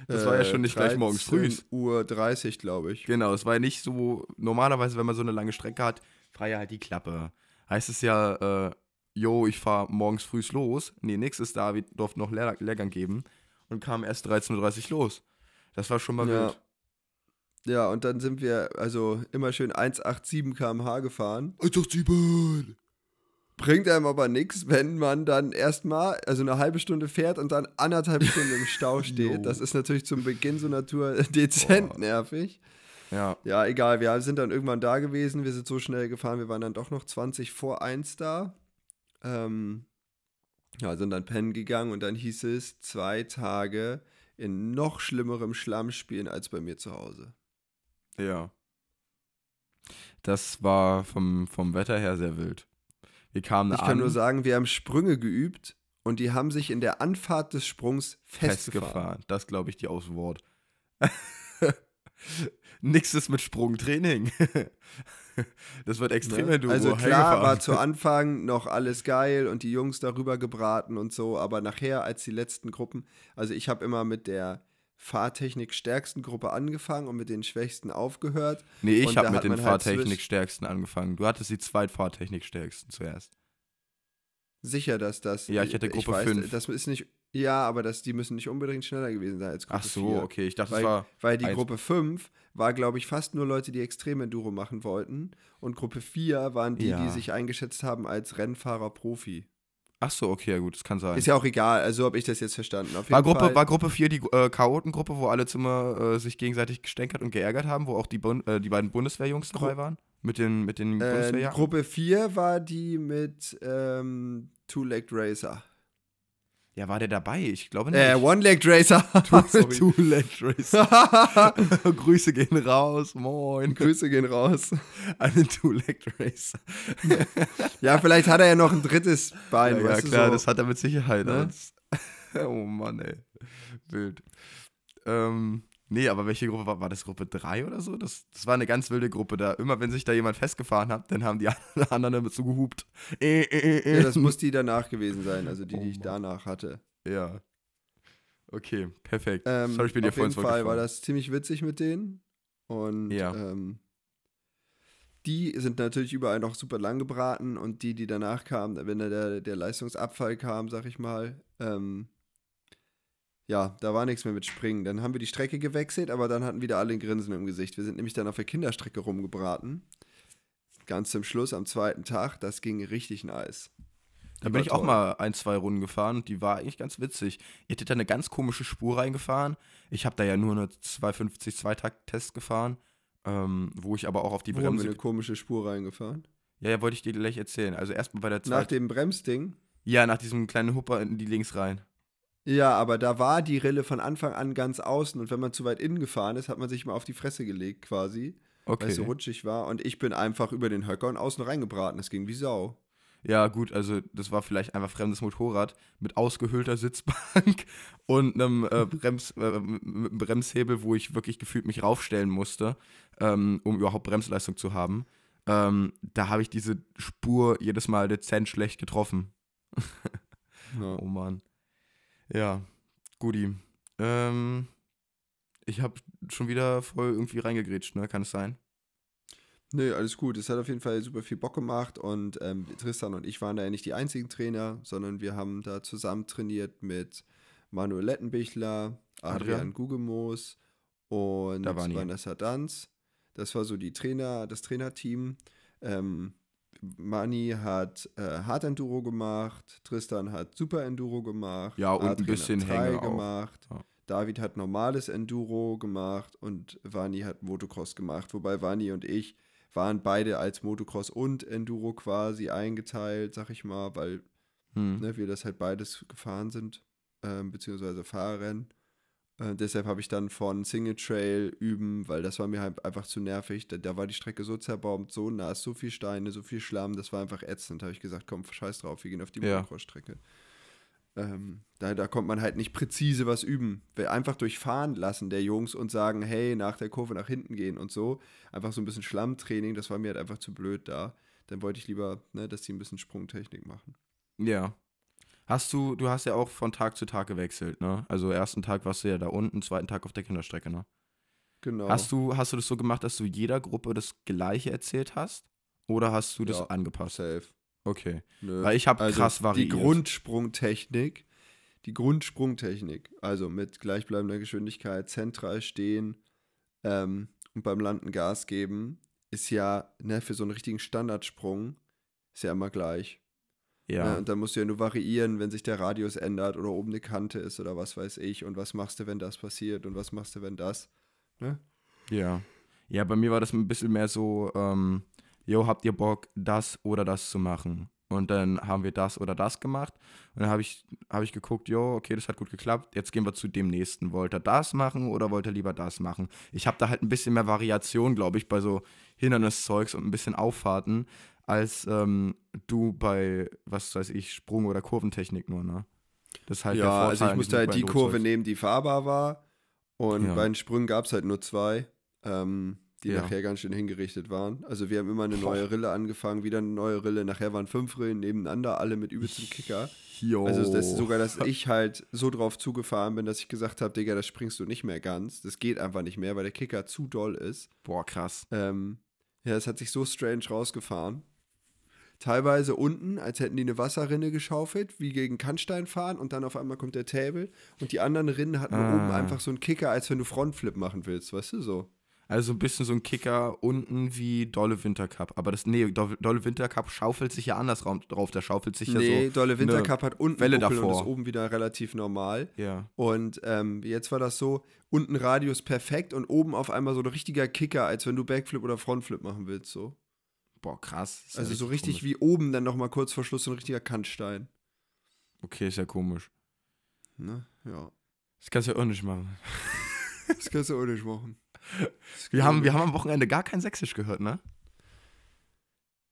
[SPEAKER 3] Das war ja schon nicht gleich morgens früh.
[SPEAKER 2] 13 Uhr 30, glaube ich.
[SPEAKER 3] Genau, es war ja nicht so, normalerweise, wenn man so eine lange Strecke hat, frei halt die Klappe. Heißt es ja, äh, yo, ich fahr morgens frühs los. Nee, nix ist David, durfte noch Lehr Lehrgang geben und kam erst 13.30 Uhr los. Das war schon mal
[SPEAKER 2] Ja.
[SPEAKER 3] wild.
[SPEAKER 2] Ja, und dann sind wir also immer schön 187 km/h gefahren.
[SPEAKER 3] 187!
[SPEAKER 2] Bringt einem aber nichts, wenn man dann erstmal, also eine halbe Stunde fährt und dann anderthalb Stunden im Stau
[SPEAKER 3] Jo.
[SPEAKER 2] steht. Das ist natürlich zum Beginn so einer Tour dezent
[SPEAKER 3] Boah.
[SPEAKER 2] nervig.
[SPEAKER 3] Ja,
[SPEAKER 2] Ja, egal, wir sind dann irgendwann da gewesen, wir sind so schnell gefahren, wir waren dann doch noch 20 vor 1 da. Ähm, ja, sind dann pennen gegangen und dann hieß es, zwei Tage in noch schlimmerem Schlamm spielen als bei mir zu Hause.
[SPEAKER 3] ja. Das war vom, vom Wetter her sehr wild. Wir kamen
[SPEAKER 2] Ich
[SPEAKER 3] an,
[SPEAKER 2] kann nur sagen, wir haben Sprünge geübt und die haben sich in der Anfahrt des Sprungs festgefahren.
[SPEAKER 3] festgefahren. Das glaube ich dir aufs Wort. Nix ist mit Sprungtraining. Das wird extrem,
[SPEAKER 2] Ne?
[SPEAKER 3] wenn du
[SPEAKER 2] also
[SPEAKER 3] wo
[SPEAKER 2] klar
[SPEAKER 3] hingefahren
[SPEAKER 2] war
[SPEAKER 3] bist.
[SPEAKER 2] zu Anfang noch alles geil und die Jungs darüber gebraten und so, aber nachher als die letzten Gruppen, also ich habe immer mit der Fahrtechnik stärksten Gruppe angefangen und mit den schwächsten aufgehört.
[SPEAKER 3] Nee, ich
[SPEAKER 2] Und
[SPEAKER 3] habe
[SPEAKER 2] da
[SPEAKER 3] mit
[SPEAKER 2] hat
[SPEAKER 3] den
[SPEAKER 2] man halt zwischen-
[SPEAKER 3] Fahrtechnikstärksten angefangen. Du hattest die Zweitfahrtechnikstärksten zuerst.
[SPEAKER 2] Sicher, dass das
[SPEAKER 3] Ja, ich hatte Gruppe
[SPEAKER 2] weiß,
[SPEAKER 3] fünf.
[SPEAKER 2] Das ist nicht ja, aber das, die müssen nicht unbedingt schneller gewesen sein als Gruppe
[SPEAKER 3] Ach so,
[SPEAKER 2] vier.
[SPEAKER 3] okay. Also Ich dachte, es
[SPEAKER 2] Weil,
[SPEAKER 3] war.
[SPEAKER 2] weil die
[SPEAKER 3] eins.
[SPEAKER 2] Gruppe 5 war, glaube ich, fast nur Leute, die Extremenduro machen wollten. Und Gruppe 4 waren die,
[SPEAKER 3] Ja.
[SPEAKER 2] die sich eingeschätzt haben als Rennfahrer-Profi.
[SPEAKER 3] Ach so, okay, ja gut, das kann sein.
[SPEAKER 2] Ist ja auch egal, also so habe ich das jetzt verstanden. Auf jeden
[SPEAKER 3] war, Gruppe,
[SPEAKER 2] Fall,
[SPEAKER 3] war Gruppe 4 die äh, Chaotengruppe, wo alle Zimmer äh, sich gegenseitig gestänkert und geärgert haben, wo auch die, Bun äh, die beiden Bundeswehrjungs dabei waren? Mit den, mit den
[SPEAKER 2] äh,
[SPEAKER 3] Bundeswehrjacken?
[SPEAKER 2] Gruppe 4 war die mit ähm, Two-Legged Racer.
[SPEAKER 3] Ja, war der dabei? Ich glaube nicht.
[SPEAKER 2] Äh, One-Legged Racer. Sorry.
[SPEAKER 3] Two-Leg Racer. Grüße gehen raus, moin.
[SPEAKER 2] Grüße gehen raus.
[SPEAKER 3] An den Two-Leg Racer.
[SPEAKER 2] Ja, vielleicht hat er ja noch ein drittes Bein.
[SPEAKER 3] Ja,
[SPEAKER 2] weißt du,
[SPEAKER 3] klar,
[SPEAKER 2] so.
[SPEAKER 3] das hat er mit Sicherheit.
[SPEAKER 2] Ne?
[SPEAKER 3] aber das- oh Mann, ey. Wild. Ähm, nee, aber welche Gruppe war, war das? Gruppe 3 oder so? Das, das war eine ganz wilde Gruppe da. Immer wenn sich da jemand festgefahren hat, dann haben die anderen damit so gehupt. Äh, äh, äh,
[SPEAKER 2] ja,
[SPEAKER 3] äh.
[SPEAKER 2] das muss die danach gewesen sein, also die,
[SPEAKER 3] Oh
[SPEAKER 2] die ich
[SPEAKER 3] Mann.
[SPEAKER 2] danach hatte.
[SPEAKER 3] Ja. Okay, perfekt.
[SPEAKER 2] Ähm,
[SPEAKER 3] Sorry, ich bin dir
[SPEAKER 2] auf
[SPEAKER 3] vorhin
[SPEAKER 2] jeden Fall war
[SPEAKER 3] zurückgefallen.
[SPEAKER 2] das ziemlich witzig mit denen. Und
[SPEAKER 3] Ja.
[SPEAKER 2] ähm, die sind natürlich überall noch super lang gebraten und die, die danach kamen, wenn da der, der Leistungsabfall kam, sag ich mal, ähm, ja, da war nichts mehr mit Springen. Dann haben wir die Strecke gewechselt, aber dann hatten wieder alle ein Grinsen im Gesicht. Wir sind nämlich dann auf der Kinderstrecke rumgebraten. Ganz zum Schluss, am zweiten Tag, das ging richtig nice. Die
[SPEAKER 3] Da bin
[SPEAKER 2] war
[SPEAKER 3] ich auch
[SPEAKER 2] toll.
[SPEAKER 3] mal ein, zwei Runden gefahren und die war eigentlich ganz witzig. Ihr hättet da eine ganz komische Spur reingefahren. Ich habe da ja nur eine 250 Zweitakt-Test gefahren, ähm, wo ich aber auch auf die
[SPEAKER 2] Wo haben wir
[SPEAKER 3] Bremse.
[SPEAKER 2] eine komische Spur reingefahren?
[SPEAKER 3] Ja, ja, wollte ich dir gleich erzählen. Also erstmal bei der
[SPEAKER 2] Nach
[SPEAKER 3] zweiten.
[SPEAKER 2] dem Bremsding
[SPEAKER 3] Ja, nach diesem kleinen Hupper in die links rein.
[SPEAKER 2] Ja, aber da war die Rille von Anfang an ganz außen und wenn man zu weit innen gefahren ist, hat man sich mal auf die Fresse gelegt quasi, weil
[SPEAKER 3] Okay.
[SPEAKER 2] es so rutschig war und ich bin einfach über den Höcker und außen reingebraten. Es ging wie Sau.
[SPEAKER 3] Ja, gut, also das war vielleicht einfach fremdes Motorrad mit ausgehöhlter Sitzbank und einem äh, Brems, äh, mit einem Bremshebel, wo ich wirklich gefühlt mich raufstellen musste, ähm, um überhaupt Bremsleistung zu haben. Ähm, da habe ich diese Spur jedes Mal dezent schlecht getroffen.
[SPEAKER 2] Ja.
[SPEAKER 3] Oh Mann. Ja, Guti. Ähm, ich habe schon wieder voll irgendwie reingegrätscht, ne? Kann es sein?
[SPEAKER 2] Nö, alles gut. Es hat auf jeden Fall super viel Bock gemacht und ähm, Tristan und ich waren da ja nicht die einzigen Trainer, sondern wir haben da zusammen trainiert mit Manuel Lettenbichler, Adrian,
[SPEAKER 3] Adrian.
[SPEAKER 2] Gugemos und
[SPEAKER 3] Da waren die.
[SPEAKER 2] Vanessa Danz. Das war so die Trainer, das Trainerteam. Ähm, Mani hat äh, Hard Enduro gemacht, Tristan hat Super Enduro gemacht,
[SPEAKER 3] Ja, und ein bisschen
[SPEAKER 2] hat Trail
[SPEAKER 3] Hänger auch.
[SPEAKER 2] gemacht.
[SPEAKER 3] Ja.
[SPEAKER 2] David hat normales Enduro gemacht und Vani hat Motocross gemacht, wobei Vani und ich waren beide als Motocross und Enduro quasi eingeteilt, sag ich mal, weil
[SPEAKER 3] Hm.
[SPEAKER 2] ne, wir das halt beides gefahren sind, ähm, beziehungsweise fahren. Äh, deshalb habe ich dann von Single Trail üben, weil das war mir halt einfach zu nervig. Da, da war die Strecke so zerbombt, so nass, so viel Steine, so viel Schlamm, das war einfach ätzend. Da habe ich gesagt, komm, scheiß drauf, wir gehen auf die
[SPEAKER 3] Ja.
[SPEAKER 2] Motocross-Strecke. Ähm, da, da konnte man halt nicht präzise was üben. Weil Einfach durchfahren lassen der Jungs und sagen, hey, nach der Kurve nach hinten gehen und so. Einfach so ein bisschen Schlammtraining, das war mir halt einfach zu blöd da. Dann wollte ich lieber, ne, dass die ein bisschen Sprungtechnik machen.
[SPEAKER 3] Ja. Hast du, du hast ja auch von Tag zu Tag gewechselt, ne? Also ersten Tag warst du ja da unten, zweiten Tag auf der Kinderstrecke, ne?
[SPEAKER 2] Genau.
[SPEAKER 3] Hast du, hast du das so gemacht, dass du jeder Gruppe das Gleiche erzählt hast? Oder hast du das
[SPEAKER 2] Ja.
[SPEAKER 3] angepasst?
[SPEAKER 2] Safe.
[SPEAKER 3] Okay.
[SPEAKER 2] Nö.
[SPEAKER 3] Weil ich habe
[SPEAKER 2] also
[SPEAKER 3] krass variiert.
[SPEAKER 2] Die Grundsprungtechnik, die Grundsprungtechnik, also mit gleichbleibender Geschwindigkeit zentral stehen ähm, und beim Landen Gas geben, ist ja ne, für so einen richtigen Standardsprung ist ja immer gleich.
[SPEAKER 3] ja.
[SPEAKER 2] Ne? Und dann musst du ja nur variieren, wenn sich der Radius ändert oder oben eine Kante ist oder was weiß ich und was machst du, wenn das passiert und was machst du, wenn das. Ne?
[SPEAKER 3] Ja. Ja, bei mir war das ein bisschen mehr so, ähm, yo, habt ihr Bock, das oder das zu machen? Und dann haben wir das oder das gemacht. Und dann habe ich, hab ich geguckt, yo, okay, das hat gut geklappt. Jetzt gehen wir zu dem nächsten. Wollt er das machen oder wollt er lieber das machen? Ich habe da halt ein bisschen mehr Variation, glaube ich, bei so Hinderniszeugs und ein bisschen Auffahrten, als ähm, du bei, was weiß ich, Sprung- oder Kurventechnik nur, ne? Das ist halt der
[SPEAKER 2] ja,
[SPEAKER 3] Vorteil
[SPEAKER 2] also ich
[SPEAKER 3] an
[SPEAKER 2] musste
[SPEAKER 3] diesem
[SPEAKER 2] halt die
[SPEAKER 3] Bandroom-Zeugs.
[SPEAKER 2] Kurve nehmen, die fahrbar war. Und
[SPEAKER 3] Ja.
[SPEAKER 2] bei den Sprüngen gab es halt nur zwei, ähm, die
[SPEAKER 3] Ja.
[SPEAKER 2] nachher ganz schön hingerichtet waren. Also wir haben immer eine
[SPEAKER 3] Boah.
[SPEAKER 2] neue Rille angefangen, wieder eine neue Rille. Nachher waren fünf Rillen nebeneinander, alle mit übelstem Kicker.
[SPEAKER 3] Yo.
[SPEAKER 2] Also das ist sogar, dass ich halt so drauf zugefahren bin, dass ich gesagt habe, Digga, das springst du nicht mehr ganz. Das geht einfach nicht mehr, weil der Kicker zu doll ist.
[SPEAKER 3] Boah, krass.
[SPEAKER 2] Ähm, ja, es hat sich so strange rausgefahren. Teilweise unten, als hätten die eine Wasserrinne geschaufelt, wie gegen Kannstein fahren und dann auf einmal kommt der Table und die anderen Rinnen hatten
[SPEAKER 3] Ah.
[SPEAKER 2] oben einfach so einen Kicker, als wenn du Frontflip machen willst, weißt du so.
[SPEAKER 3] Also ein bisschen so ein Kicker unten wie Dolle Wintercup. Aber das, nee, Do- Dolle Wintercup schaufelt sich ja anders raum- drauf. Da schaufelt sich ja
[SPEAKER 2] nee,
[SPEAKER 3] so.
[SPEAKER 2] Dolle Wintercup hat unten
[SPEAKER 3] Welle
[SPEAKER 2] Buckel und
[SPEAKER 3] davor.
[SPEAKER 2] ist oben wieder relativ normal.
[SPEAKER 3] Ja.
[SPEAKER 2] Und ähm, jetzt war das so, unten Radius perfekt und oben auf einmal so ein richtiger Kicker, als wenn du Backflip oder Frontflip machen willst. So.
[SPEAKER 3] Boah, krass. Ist ja
[SPEAKER 2] Also so richtig wie
[SPEAKER 3] komisch.
[SPEAKER 2] oben dann nochmal kurz vor Schluss so ein richtiger Kantstein.
[SPEAKER 3] Okay, ist ja komisch.
[SPEAKER 2] Ne? Ja.
[SPEAKER 3] Das kannst du ja auch nicht machen.
[SPEAKER 2] Das kannst du auch nicht machen. Das
[SPEAKER 3] Wir
[SPEAKER 2] kann
[SPEAKER 3] haben,
[SPEAKER 2] ich
[SPEAKER 3] wir haben am Wochenende gar kein Sächsisch gehört, ne?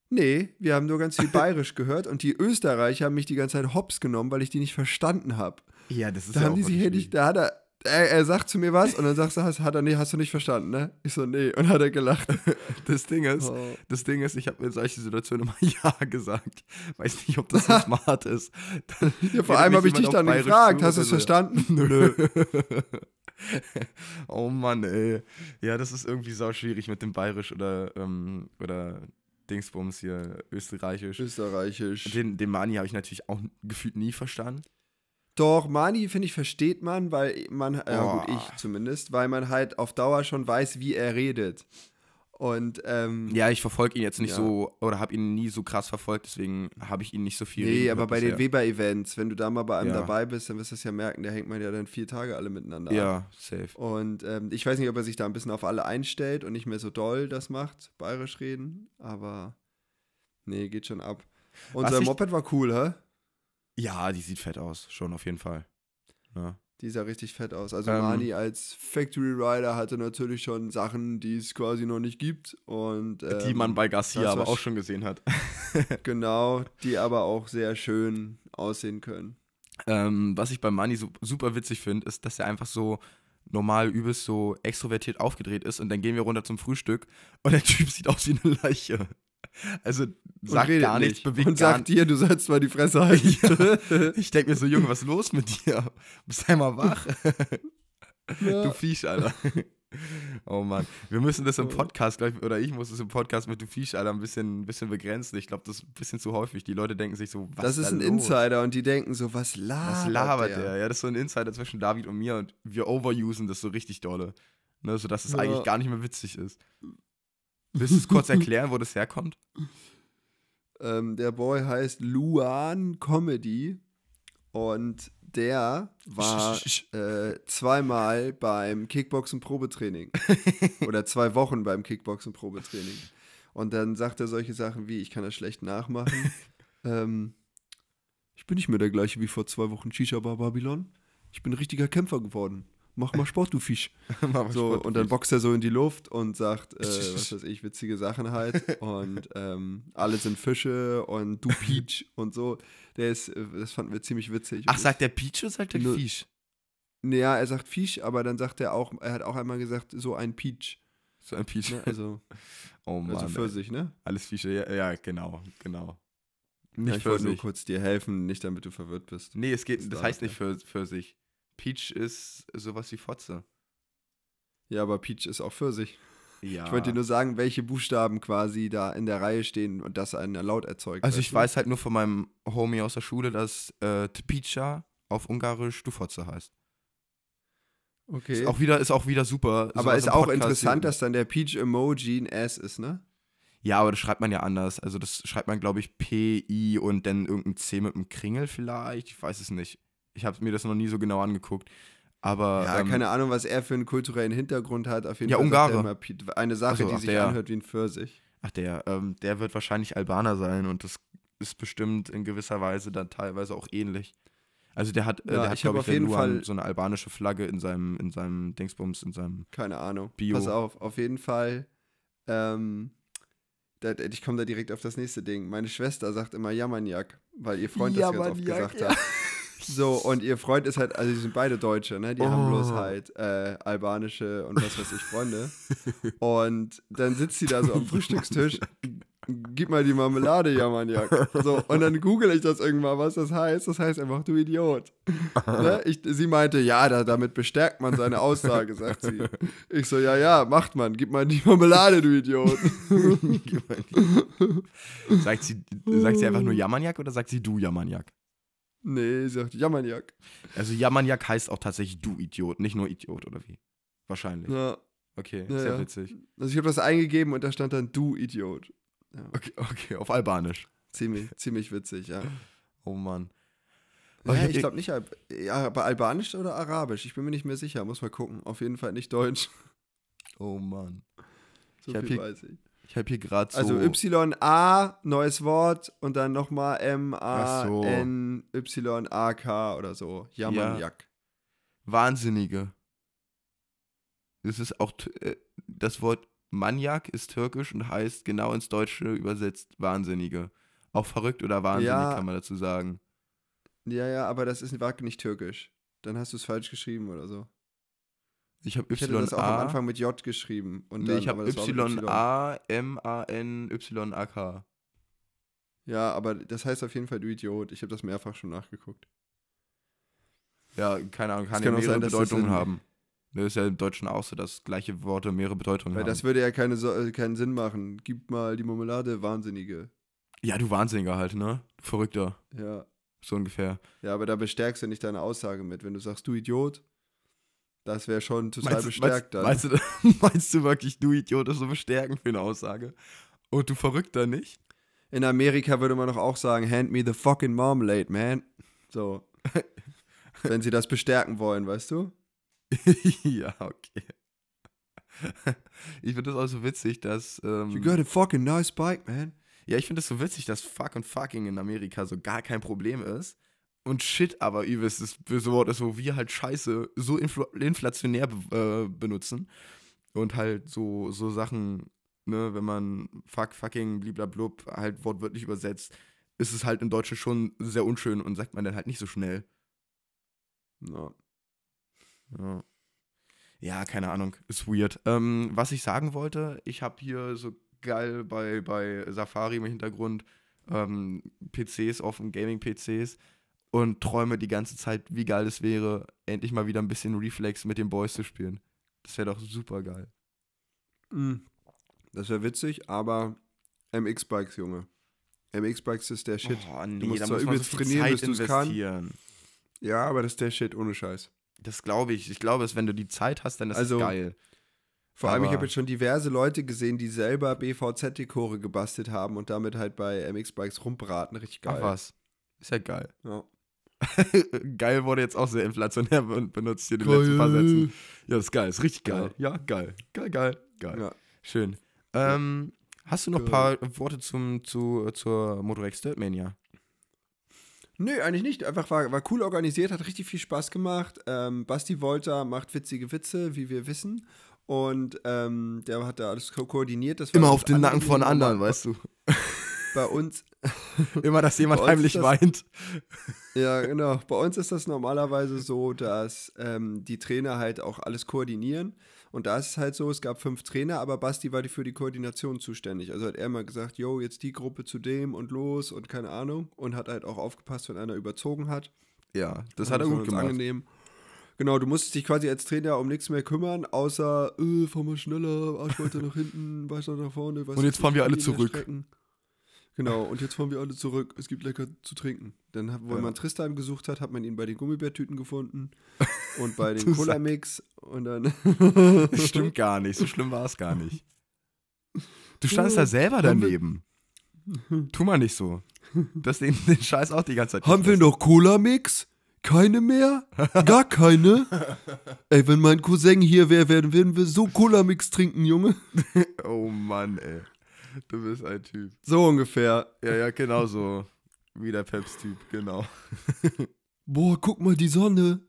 [SPEAKER 2] Nee, wir haben nur ganz viel Bayerisch gehört und die Österreicher haben mich die ganze Zeit hops genommen, weil ich die nicht verstanden habe.
[SPEAKER 3] Ja, das
[SPEAKER 2] Da haben die sich hätte ich, da hat er, er, er sagt zu mir was und dann sagst du, hast, hat er, nee, hast du nicht verstanden, ne? Ich so, nee, und hat er gelacht.
[SPEAKER 3] Oh. Das Ding ist,
[SPEAKER 2] Oh.
[SPEAKER 3] das Ding ist, ich habe in solchen Situationen immer Ja gesagt. Weiß nicht, ob das so smart ist. Dann
[SPEAKER 2] Ja, vor
[SPEAKER 3] redet
[SPEAKER 2] allem
[SPEAKER 3] mich
[SPEAKER 2] habe ich
[SPEAKER 3] jemand
[SPEAKER 2] dich
[SPEAKER 3] auf
[SPEAKER 2] dann
[SPEAKER 3] Bayerisch also.
[SPEAKER 2] gefragt,
[SPEAKER 3] zu
[SPEAKER 2] hast du
[SPEAKER 3] oder
[SPEAKER 2] es
[SPEAKER 3] so.
[SPEAKER 2] verstanden?
[SPEAKER 3] Nö. oh Mann, ey. Ja, das ist irgendwie sau schwierig mit dem Bayerisch oder, ähm, oder Dingsbums hier, Österreichisch.
[SPEAKER 2] Österreichisch.
[SPEAKER 3] Den, den Mani habe ich natürlich auch gefühlt nie verstanden.
[SPEAKER 2] Doch, Mani, finde ich, versteht man, weil man, ja gut,
[SPEAKER 3] Boah.
[SPEAKER 2] ich zumindest, weil man halt auf Dauer schon weiß, wie er redet. Und, ähm,
[SPEAKER 3] Ja, ich verfolge ihn jetzt nicht
[SPEAKER 2] Ja.
[SPEAKER 3] so oder habe ihn nie so krass verfolgt, deswegen habe ich ihn nicht so viel.
[SPEAKER 2] nee,
[SPEAKER 3] reden
[SPEAKER 2] aber
[SPEAKER 3] gehört
[SPEAKER 2] bei den
[SPEAKER 3] bisher.
[SPEAKER 2] Weber-Events, wenn du da mal bei einem
[SPEAKER 3] Ja.
[SPEAKER 2] dabei bist, dann wirst du es ja merken, da hängt man ja dann vier Tage alle miteinander ab.
[SPEAKER 3] Ja, safe.
[SPEAKER 2] Und ähm, ich weiß nicht, ob er sich da ein bisschen auf alle einstellt und nicht mehr so doll das macht, bayerisch reden, aber nee, geht schon ab. Und
[SPEAKER 3] Was
[SPEAKER 2] sein
[SPEAKER 3] ich-
[SPEAKER 2] Moped war cool, hä?
[SPEAKER 3] Ja, die sieht fett aus, schon auf jeden Fall. Ja.
[SPEAKER 2] Die sah richtig fett aus. Also
[SPEAKER 3] Ähm.
[SPEAKER 2] Mani als Factory Rider hatte natürlich schon Sachen, die es quasi noch nicht gibt. Und, ähm,
[SPEAKER 3] die man bei Garcia
[SPEAKER 2] das
[SPEAKER 3] aber
[SPEAKER 2] war
[SPEAKER 3] auch
[SPEAKER 2] sch-
[SPEAKER 3] schon gesehen hat.
[SPEAKER 2] Genau, die aber auch sehr schön aussehen können.
[SPEAKER 3] Ähm, was ich bei Mani su super witzig finde, ist, dass er einfach so normal übelst so extrovertiert aufgedreht ist und dann gehen wir runter zum Frühstück und der Typ sieht aus wie eine Leiche. Also sagt
[SPEAKER 2] redet
[SPEAKER 3] gar nichts,
[SPEAKER 2] nicht.
[SPEAKER 3] bewegt
[SPEAKER 2] Und
[SPEAKER 3] gar
[SPEAKER 2] sagt dir, du sollst mal die Fresse halten.
[SPEAKER 3] Ich denke mir so, Junge, was ist los mit dir? Bist einmal wach, du Fisch, Alter. Oh Mann, wir müssen das
[SPEAKER 2] Oh.
[SPEAKER 3] im Podcast, glaub ich, oder ich muss das im Podcast mit du Fisch, Alter, ein bisschen, ein bisschen begrenzen. Ich glaube, das ist ein bisschen zu häufig. Die Leute denken sich so, was
[SPEAKER 2] das ist
[SPEAKER 3] da
[SPEAKER 2] ein
[SPEAKER 3] los?
[SPEAKER 2] Insider Ah, und die denken so, was labert,
[SPEAKER 3] Was labert
[SPEAKER 2] der?
[SPEAKER 3] der? Ja, das ist so ein Insider zwischen David und mir und wir overusen das so richtig dolle. Ne, sodass es
[SPEAKER 2] Ja.
[SPEAKER 3] eigentlich gar nicht mehr witzig ist. Willst du es kurz erklären, wo das herkommt?
[SPEAKER 2] Ähm, der Boy heißt Luan Comedy und der war äh, zweimal beim Kickboxen-Probetraining oder zwei Wochen beim Kickboxen-Probetraining. Und dann sagt er solche Sachen wie, ich kann das schlecht nachmachen. ähm, ich bin nicht mehr der gleiche wie vor zwei Wochen Shisha Bar Babylon. Ich bin ein richtiger Kämpfer geworden. Mach mal Sport, du Fisch.
[SPEAKER 3] Mach
[SPEAKER 2] So,
[SPEAKER 3] Sport,
[SPEAKER 2] und dann
[SPEAKER 3] Fisch.
[SPEAKER 2] boxt er so in die Luft und sagt, äh, was weiß ich, witzige Sachen halt. Und ähm, alle sind Fische und du Peach und so. Der ist, äh, das fanden wir ziemlich witzig.
[SPEAKER 3] Ach, sagt der Peach oder sagt der
[SPEAKER 2] Nö.
[SPEAKER 3] Fisch?
[SPEAKER 2] Naja, er sagt Fisch, aber dann sagt er auch, er hat auch einmal gesagt, so ein Peach.
[SPEAKER 3] So ein Peach.
[SPEAKER 2] Ne? Also,
[SPEAKER 3] Oh Mann.
[SPEAKER 2] also
[SPEAKER 3] ey.
[SPEAKER 2] Pfirsich, ne?
[SPEAKER 3] Alles Fische, ja, ja, genau, genau.
[SPEAKER 2] Ja,
[SPEAKER 3] Nicht
[SPEAKER 2] ich wollte nur
[SPEAKER 3] Pfirsich.
[SPEAKER 2] kurz dir helfen, nicht damit du verwirrt bist.
[SPEAKER 3] Nee, es geht,
[SPEAKER 2] Das
[SPEAKER 3] das
[SPEAKER 2] war
[SPEAKER 3] heißt
[SPEAKER 2] das,
[SPEAKER 3] nicht für, für sich. Peach ist sowas wie Fotze.
[SPEAKER 2] Ja, aber Peach ist auch Pfirsich.
[SPEAKER 3] Ja.
[SPEAKER 2] Ich wollte dir nur sagen, welche Buchstaben quasi da in der Reihe stehen und das einen Laut erzeugt.
[SPEAKER 3] Also
[SPEAKER 2] weißt
[SPEAKER 3] ich
[SPEAKER 2] du?
[SPEAKER 3] weiß halt nur von meinem Homie aus der Schule, dass äh, Tpicha auf Ungarisch du Fotze heißt.
[SPEAKER 2] Okay.
[SPEAKER 3] Ist auch wieder, ist auch wieder super.
[SPEAKER 2] aber
[SPEAKER 3] sowas
[SPEAKER 2] ist
[SPEAKER 3] im
[SPEAKER 2] auch
[SPEAKER 3] Podcast
[SPEAKER 2] interessant,
[SPEAKER 3] hier.
[SPEAKER 2] dass dann der Peach-Emoji ein S ist, ne?
[SPEAKER 3] Ja, aber das schreibt man ja anders. Also das schreibt man, glaube ich, P-I und dann irgendein C mit einem Kringel vielleicht. Ich weiß es nicht. Ich habe mir das noch nie so genau angeguckt. Aber
[SPEAKER 2] Ja,
[SPEAKER 3] ähm,
[SPEAKER 2] keine Ahnung, was er für einen kulturellen Hintergrund hat. Auf jeden
[SPEAKER 3] Ja,
[SPEAKER 2] Fall sagt er
[SPEAKER 3] Ungare.
[SPEAKER 2] immer Piet- eine Sache,
[SPEAKER 3] Ach so,
[SPEAKER 2] die
[SPEAKER 3] ach,
[SPEAKER 2] sich
[SPEAKER 3] der.
[SPEAKER 2] anhört wie ein Pfirsich.
[SPEAKER 3] Ach, der, ähm, der wird wahrscheinlich Albaner sein und das ist bestimmt in gewisser Weise dann teilweise auch ähnlich. Also der hat, äh,
[SPEAKER 2] Ja,
[SPEAKER 3] der hat
[SPEAKER 2] ich hab
[SPEAKER 3] glaube ich,
[SPEAKER 2] auf
[SPEAKER 3] wenn
[SPEAKER 2] jeden
[SPEAKER 3] du
[SPEAKER 2] Fall-
[SPEAKER 3] an, so eine albanische Flagge in seinem, in seinem Dingsbums, in seinem.
[SPEAKER 2] Keine Ahnung.
[SPEAKER 3] Bio.
[SPEAKER 2] Pass auf, auf jeden Fall. Ähm, da, da- ich komme da direkt auf das nächste Ding. Meine Schwester sagt immer Jamaniak, weil ihr Freund das ganz oft
[SPEAKER 3] Jamaniak,
[SPEAKER 2] gesagt
[SPEAKER 3] ja.
[SPEAKER 2] hat. So, und ihr Freund ist halt, also sie sind beide Deutsche, ne? Die haben bloß
[SPEAKER 3] Oh.
[SPEAKER 2] halt äh, albanische und was weiß ich Freunde. Und dann sitzt sie da so am Frühstückstisch, gib mal die Marmelade, Jamaniak. So, und dann google ich das irgendwann, was das heißt. Das heißt einfach, du Idiot. ne? ich, sie meinte, ja, da, damit bestärkt man seine Aussage, sagt sie. Ich so, ja, ja, macht man, gib mal die Marmelade, du Idiot.
[SPEAKER 3] sagt, sie, sagt sie einfach nur Jamaniak oder sagt sie du Jamaniak?
[SPEAKER 2] nee, sie sagt, Jamaniak.
[SPEAKER 3] Also Jamaniak heißt auch tatsächlich du Idiot, nicht nur Idiot oder wie? Wahrscheinlich.
[SPEAKER 2] Ja.
[SPEAKER 3] Okay,
[SPEAKER 2] Ja,
[SPEAKER 3] sehr
[SPEAKER 2] ja.
[SPEAKER 3] witzig.
[SPEAKER 2] Also ich habe das eingegeben und da stand dann du Idiot.
[SPEAKER 3] Okay, okay, auf Albanisch.
[SPEAKER 2] Ziemlich, ziemlich witzig, ja.
[SPEAKER 3] Oh Mann.
[SPEAKER 2] Ja,
[SPEAKER 3] Aber ich hab
[SPEAKER 2] ich
[SPEAKER 3] ir-
[SPEAKER 2] glaube nicht, Alb- ja, aber Albanisch oder Arabisch, ich bin mir nicht mehr sicher, muss mal gucken. Auf jeden Fall nicht Deutsch,
[SPEAKER 3] Oh Mann.
[SPEAKER 2] so
[SPEAKER 3] Ich hab
[SPEAKER 2] viel
[SPEAKER 3] hier
[SPEAKER 2] weiß ich.
[SPEAKER 3] Ich habe hier gerade so.
[SPEAKER 2] Also Y, A, neues Wort und dann nochmal M,
[SPEAKER 3] Ach
[SPEAKER 2] A,
[SPEAKER 3] so.
[SPEAKER 2] N, Y, A, K oder so. Jamanjak.
[SPEAKER 3] Wahnsinnige. Es ist auch t- äh, das Wort Maniak ist türkisch und heißt genau ins Deutsche übersetzt Wahnsinnige. Auch verrückt oder wahnsinnig
[SPEAKER 2] Ja.
[SPEAKER 3] kann man dazu sagen.
[SPEAKER 2] Ja, ja, aber das ist war nicht türkisch. Dann hast du es falsch geschrieben oder so.
[SPEAKER 3] Ich habe
[SPEAKER 2] Ich hätte das auch am
[SPEAKER 3] YA.
[SPEAKER 2] Anfang mit J geschrieben. Und
[SPEAKER 3] Nee,
[SPEAKER 2] dann,
[SPEAKER 3] ich habe
[SPEAKER 2] aber das war mit
[SPEAKER 3] YA M A N Y A K.
[SPEAKER 2] Ja, aber das heißt auf jeden Fall du Idiot. Ich habe das mehrfach schon nachgeguckt.
[SPEAKER 3] Ja, keine Ahnung, kann
[SPEAKER 2] Es
[SPEAKER 3] ja
[SPEAKER 2] kann auch
[SPEAKER 3] mehrere
[SPEAKER 2] sein, dass das
[SPEAKER 3] Bedeutungen
[SPEAKER 2] in-
[SPEAKER 3] haben. Das ist ja im Deutschen auch so, dass gleiche Worte mehrere Bedeutungen
[SPEAKER 2] Weil
[SPEAKER 3] haben.
[SPEAKER 2] das würde ja keine, So- äh, keinen Sinn machen. Gib mal die Marmelade, Wahnsinnige.
[SPEAKER 3] ja, du Wahnsinniger halt, ne? Du Verrückter,
[SPEAKER 2] Ja.
[SPEAKER 3] so ungefähr.
[SPEAKER 2] Ja, aber da bestärkst du nicht deine Aussage mit. Wenn du sagst, du Idiot, das wäre schon total
[SPEAKER 3] Meinst, du-
[SPEAKER 2] bestärkt dann.
[SPEAKER 3] meinst, meinst, du, meinst du wirklich, du Idiot, das ist so bestärken für eine Aussage? Und du Verrückter nicht?
[SPEAKER 2] In Amerika würde man doch auch sagen, hand me the fucking marmalade, man. So. Wenn sie das bestärken wollen, weißt du?
[SPEAKER 3] ja, okay. Ich finde das auch so witzig, dass.
[SPEAKER 2] You
[SPEAKER 3] Ähm,
[SPEAKER 2] got a fucking nice bike, man.
[SPEAKER 3] ja, ich finde das so witzig, dass Fuck und Fucking in Amerika so gar kein Problem ist. Und Shit aber übelst das böse Wort ist, wo wir halt Scheiße so infl inflationär be äh, benutzen. Und halt so, so Sachen, ne, wenn man Fuck, Fucking, bliblablub halt wortwörtlich übersetzt, ist es halt im Deutschen schon sehr unschön und sagt man dann halt nicht so schnell.
[SPEAKER 2] No.
[SPEAKER 3] Ja. Ja, keine Ahnung. Ist weird. Ähm, was ich sagen wollte, ich habe hier so geil bei, bei Safari im Hintergrund ähm, PCs offen, Gaming-PCs und träume die ganze Zeit, wie geil es wäre, endlich mal wieder ein bisschen Reflex mit den Boys zu spielen. Das wäre doch super geil.
[SPEAKER 2] Mm. Das wäre witzig, aber MX-Bikes, Junge. MX-Bikes ist der Shit.
[SPEAKER 3] Oh, nee,
[SPEAKER 2] musst
[SPEAKER 3] da
[SPEAKER 2] zwar
[SPEAKER 3] muss man
[SPEAKER 2] übelst
[SPEAKER 3] so viel
[SPEAKER 2] trainieren,
[SPEAKER 3] Zeit
[SPEAKER 2] bis du's kann.
[SPEAKER 3] investieren.
[SPEAKER 2] Ja, aber das ist der Shit ohne Scheiß.
[SPEAKER 3] Das glaube ich. Ich glaube, dass wenn du die Zeit hast, dann ist
[SPEAKER 2] Also,
[SPEAKER 3] es geil.
[SPEAKER 2] Vor allem, ich
[SPEAKER 3] Aber-
[SPEAKER 2] habe jetzt schon diverse Leute gesehen, die selber BVZ-Dekore gebastelt haben und damit halt bei MX-Bikes rumbraten. Richtig geil.
[SPEAKER 3] Ach was. Ist ja geil.
[SPEAKER 2] Ja.
[SPEAKER 3] geil wurde jetzt auch sehr inflationär ben- benutzt hier in den letzten paar Sätzen. Ja, ist geil, ist richtig
[SPEAKER 2] geil.
[SPEAKER 3] geil. Ja, geil. Geil, geil, geil.
[SPEAKER 2] Ja.
[SPEAKER 3] Schön. Ähm, hast du noch ein paar Worte zum, zu, zur Motorex Dirt Mania?
[SPEAKER 2] Nö, eigentlich nicht. Einfach war, war cool organisiert, hat richtig viel Spaß gemacht. Ähm, Basti Wolter macht witzige Witze, wie wir wissen. Und ähm, der hat da alles ko koordiniert. Das war
[SPEAKER 3] Also
[SPEAKER 2] das andere Ding, wo
[SPEAKER 3] weißt du.
[SPEAKER 2] Bei uns,
[SPEAKER 3] Immer, dass jemand
[SPEAKER 2] Bei uns
[SPEAKER 3] heimlich
[SPEAKER 2] ist das-
[SPEAKER 3] weint.
[SPEAKER 2] ja genau, bei uns ist das normalerweise so, dass ähm, die Trainer halt auch alles koordinieren. Und da ist es halt so, es gab fünf Trainer, aber Basti war die für die Koordination zuständig. Also hat er mal gesagt, yo, jetzt die Gruppe zu dem und los und keine Ahnung. Und hat halt auch aufgepasst, wenn einer überzogen hat.
[SPEAKER 3] Ja, das
[SPEAKER 2] Ja,
[SPEAKER 3] hat er
[SPEAKER 2] war
[SPEAKER 3] gut
[SPEAKER 2] ganz
[SPEAKER 3] gemacht.
[SPEAKER 2] Angenehm. Genau, du musstest dich quasi als Trainer um nichts mehr kümmern, außer, äh, fahr mal schneller, Arsch weiter nach hinten, weiter nach vorne. weiß
[SPEAKER 3] Und jetzt
[SPEAKER 2] ich
[SPEAKER 3] fahren wir
[SPEAKER 2] nicht,
[SPEAKER 3] alle
[SPEAKER 2] Linie
[SPEAKER 3] zurück.
[SPEAKER 2] strecken. Genau, und jetzt fahren wir alle zurück. Es gibt lecker zu trinken. Dann, hat, wo
[SPEAKER 3] Ja.
[SPEAKER 2] man Tristan gesucht hat, hat man ihn bei den Gummibärtüten gefunden und bei
[SPEAKER 3] Du
[SPEAKER 2] den
[SPEAKER 3] Sack.
[SPEAKER 2] Cola-Mix und dann
[SPEAKER 3] Stimmt gar nicht, so schlimm war es gar nicht. Du standest da selber
[SPEAKER 2] Haben wir-
[SPEAKER 3] daneben. Tu mal nicht so. Das den, den Scheiß auch die ganze Zeit. gefressen.
[SPEAKER 2] noch Cola-Mix? Keine mehr? Gar keine? Ey, wenn mein Cousin hier wäre, werden, werden wir so Cola-Mix trinken, Junge.
[SPEAKER 3] Oh Mann, ey. Du bist ein Typ.
[SPEAKER 2] So ungefähr.
[SPEAKER 3] Ja, ja, genau so. Wie der Peps-Typ, genau.
[SPEAKER 2] Boah, guck mal die Sonne.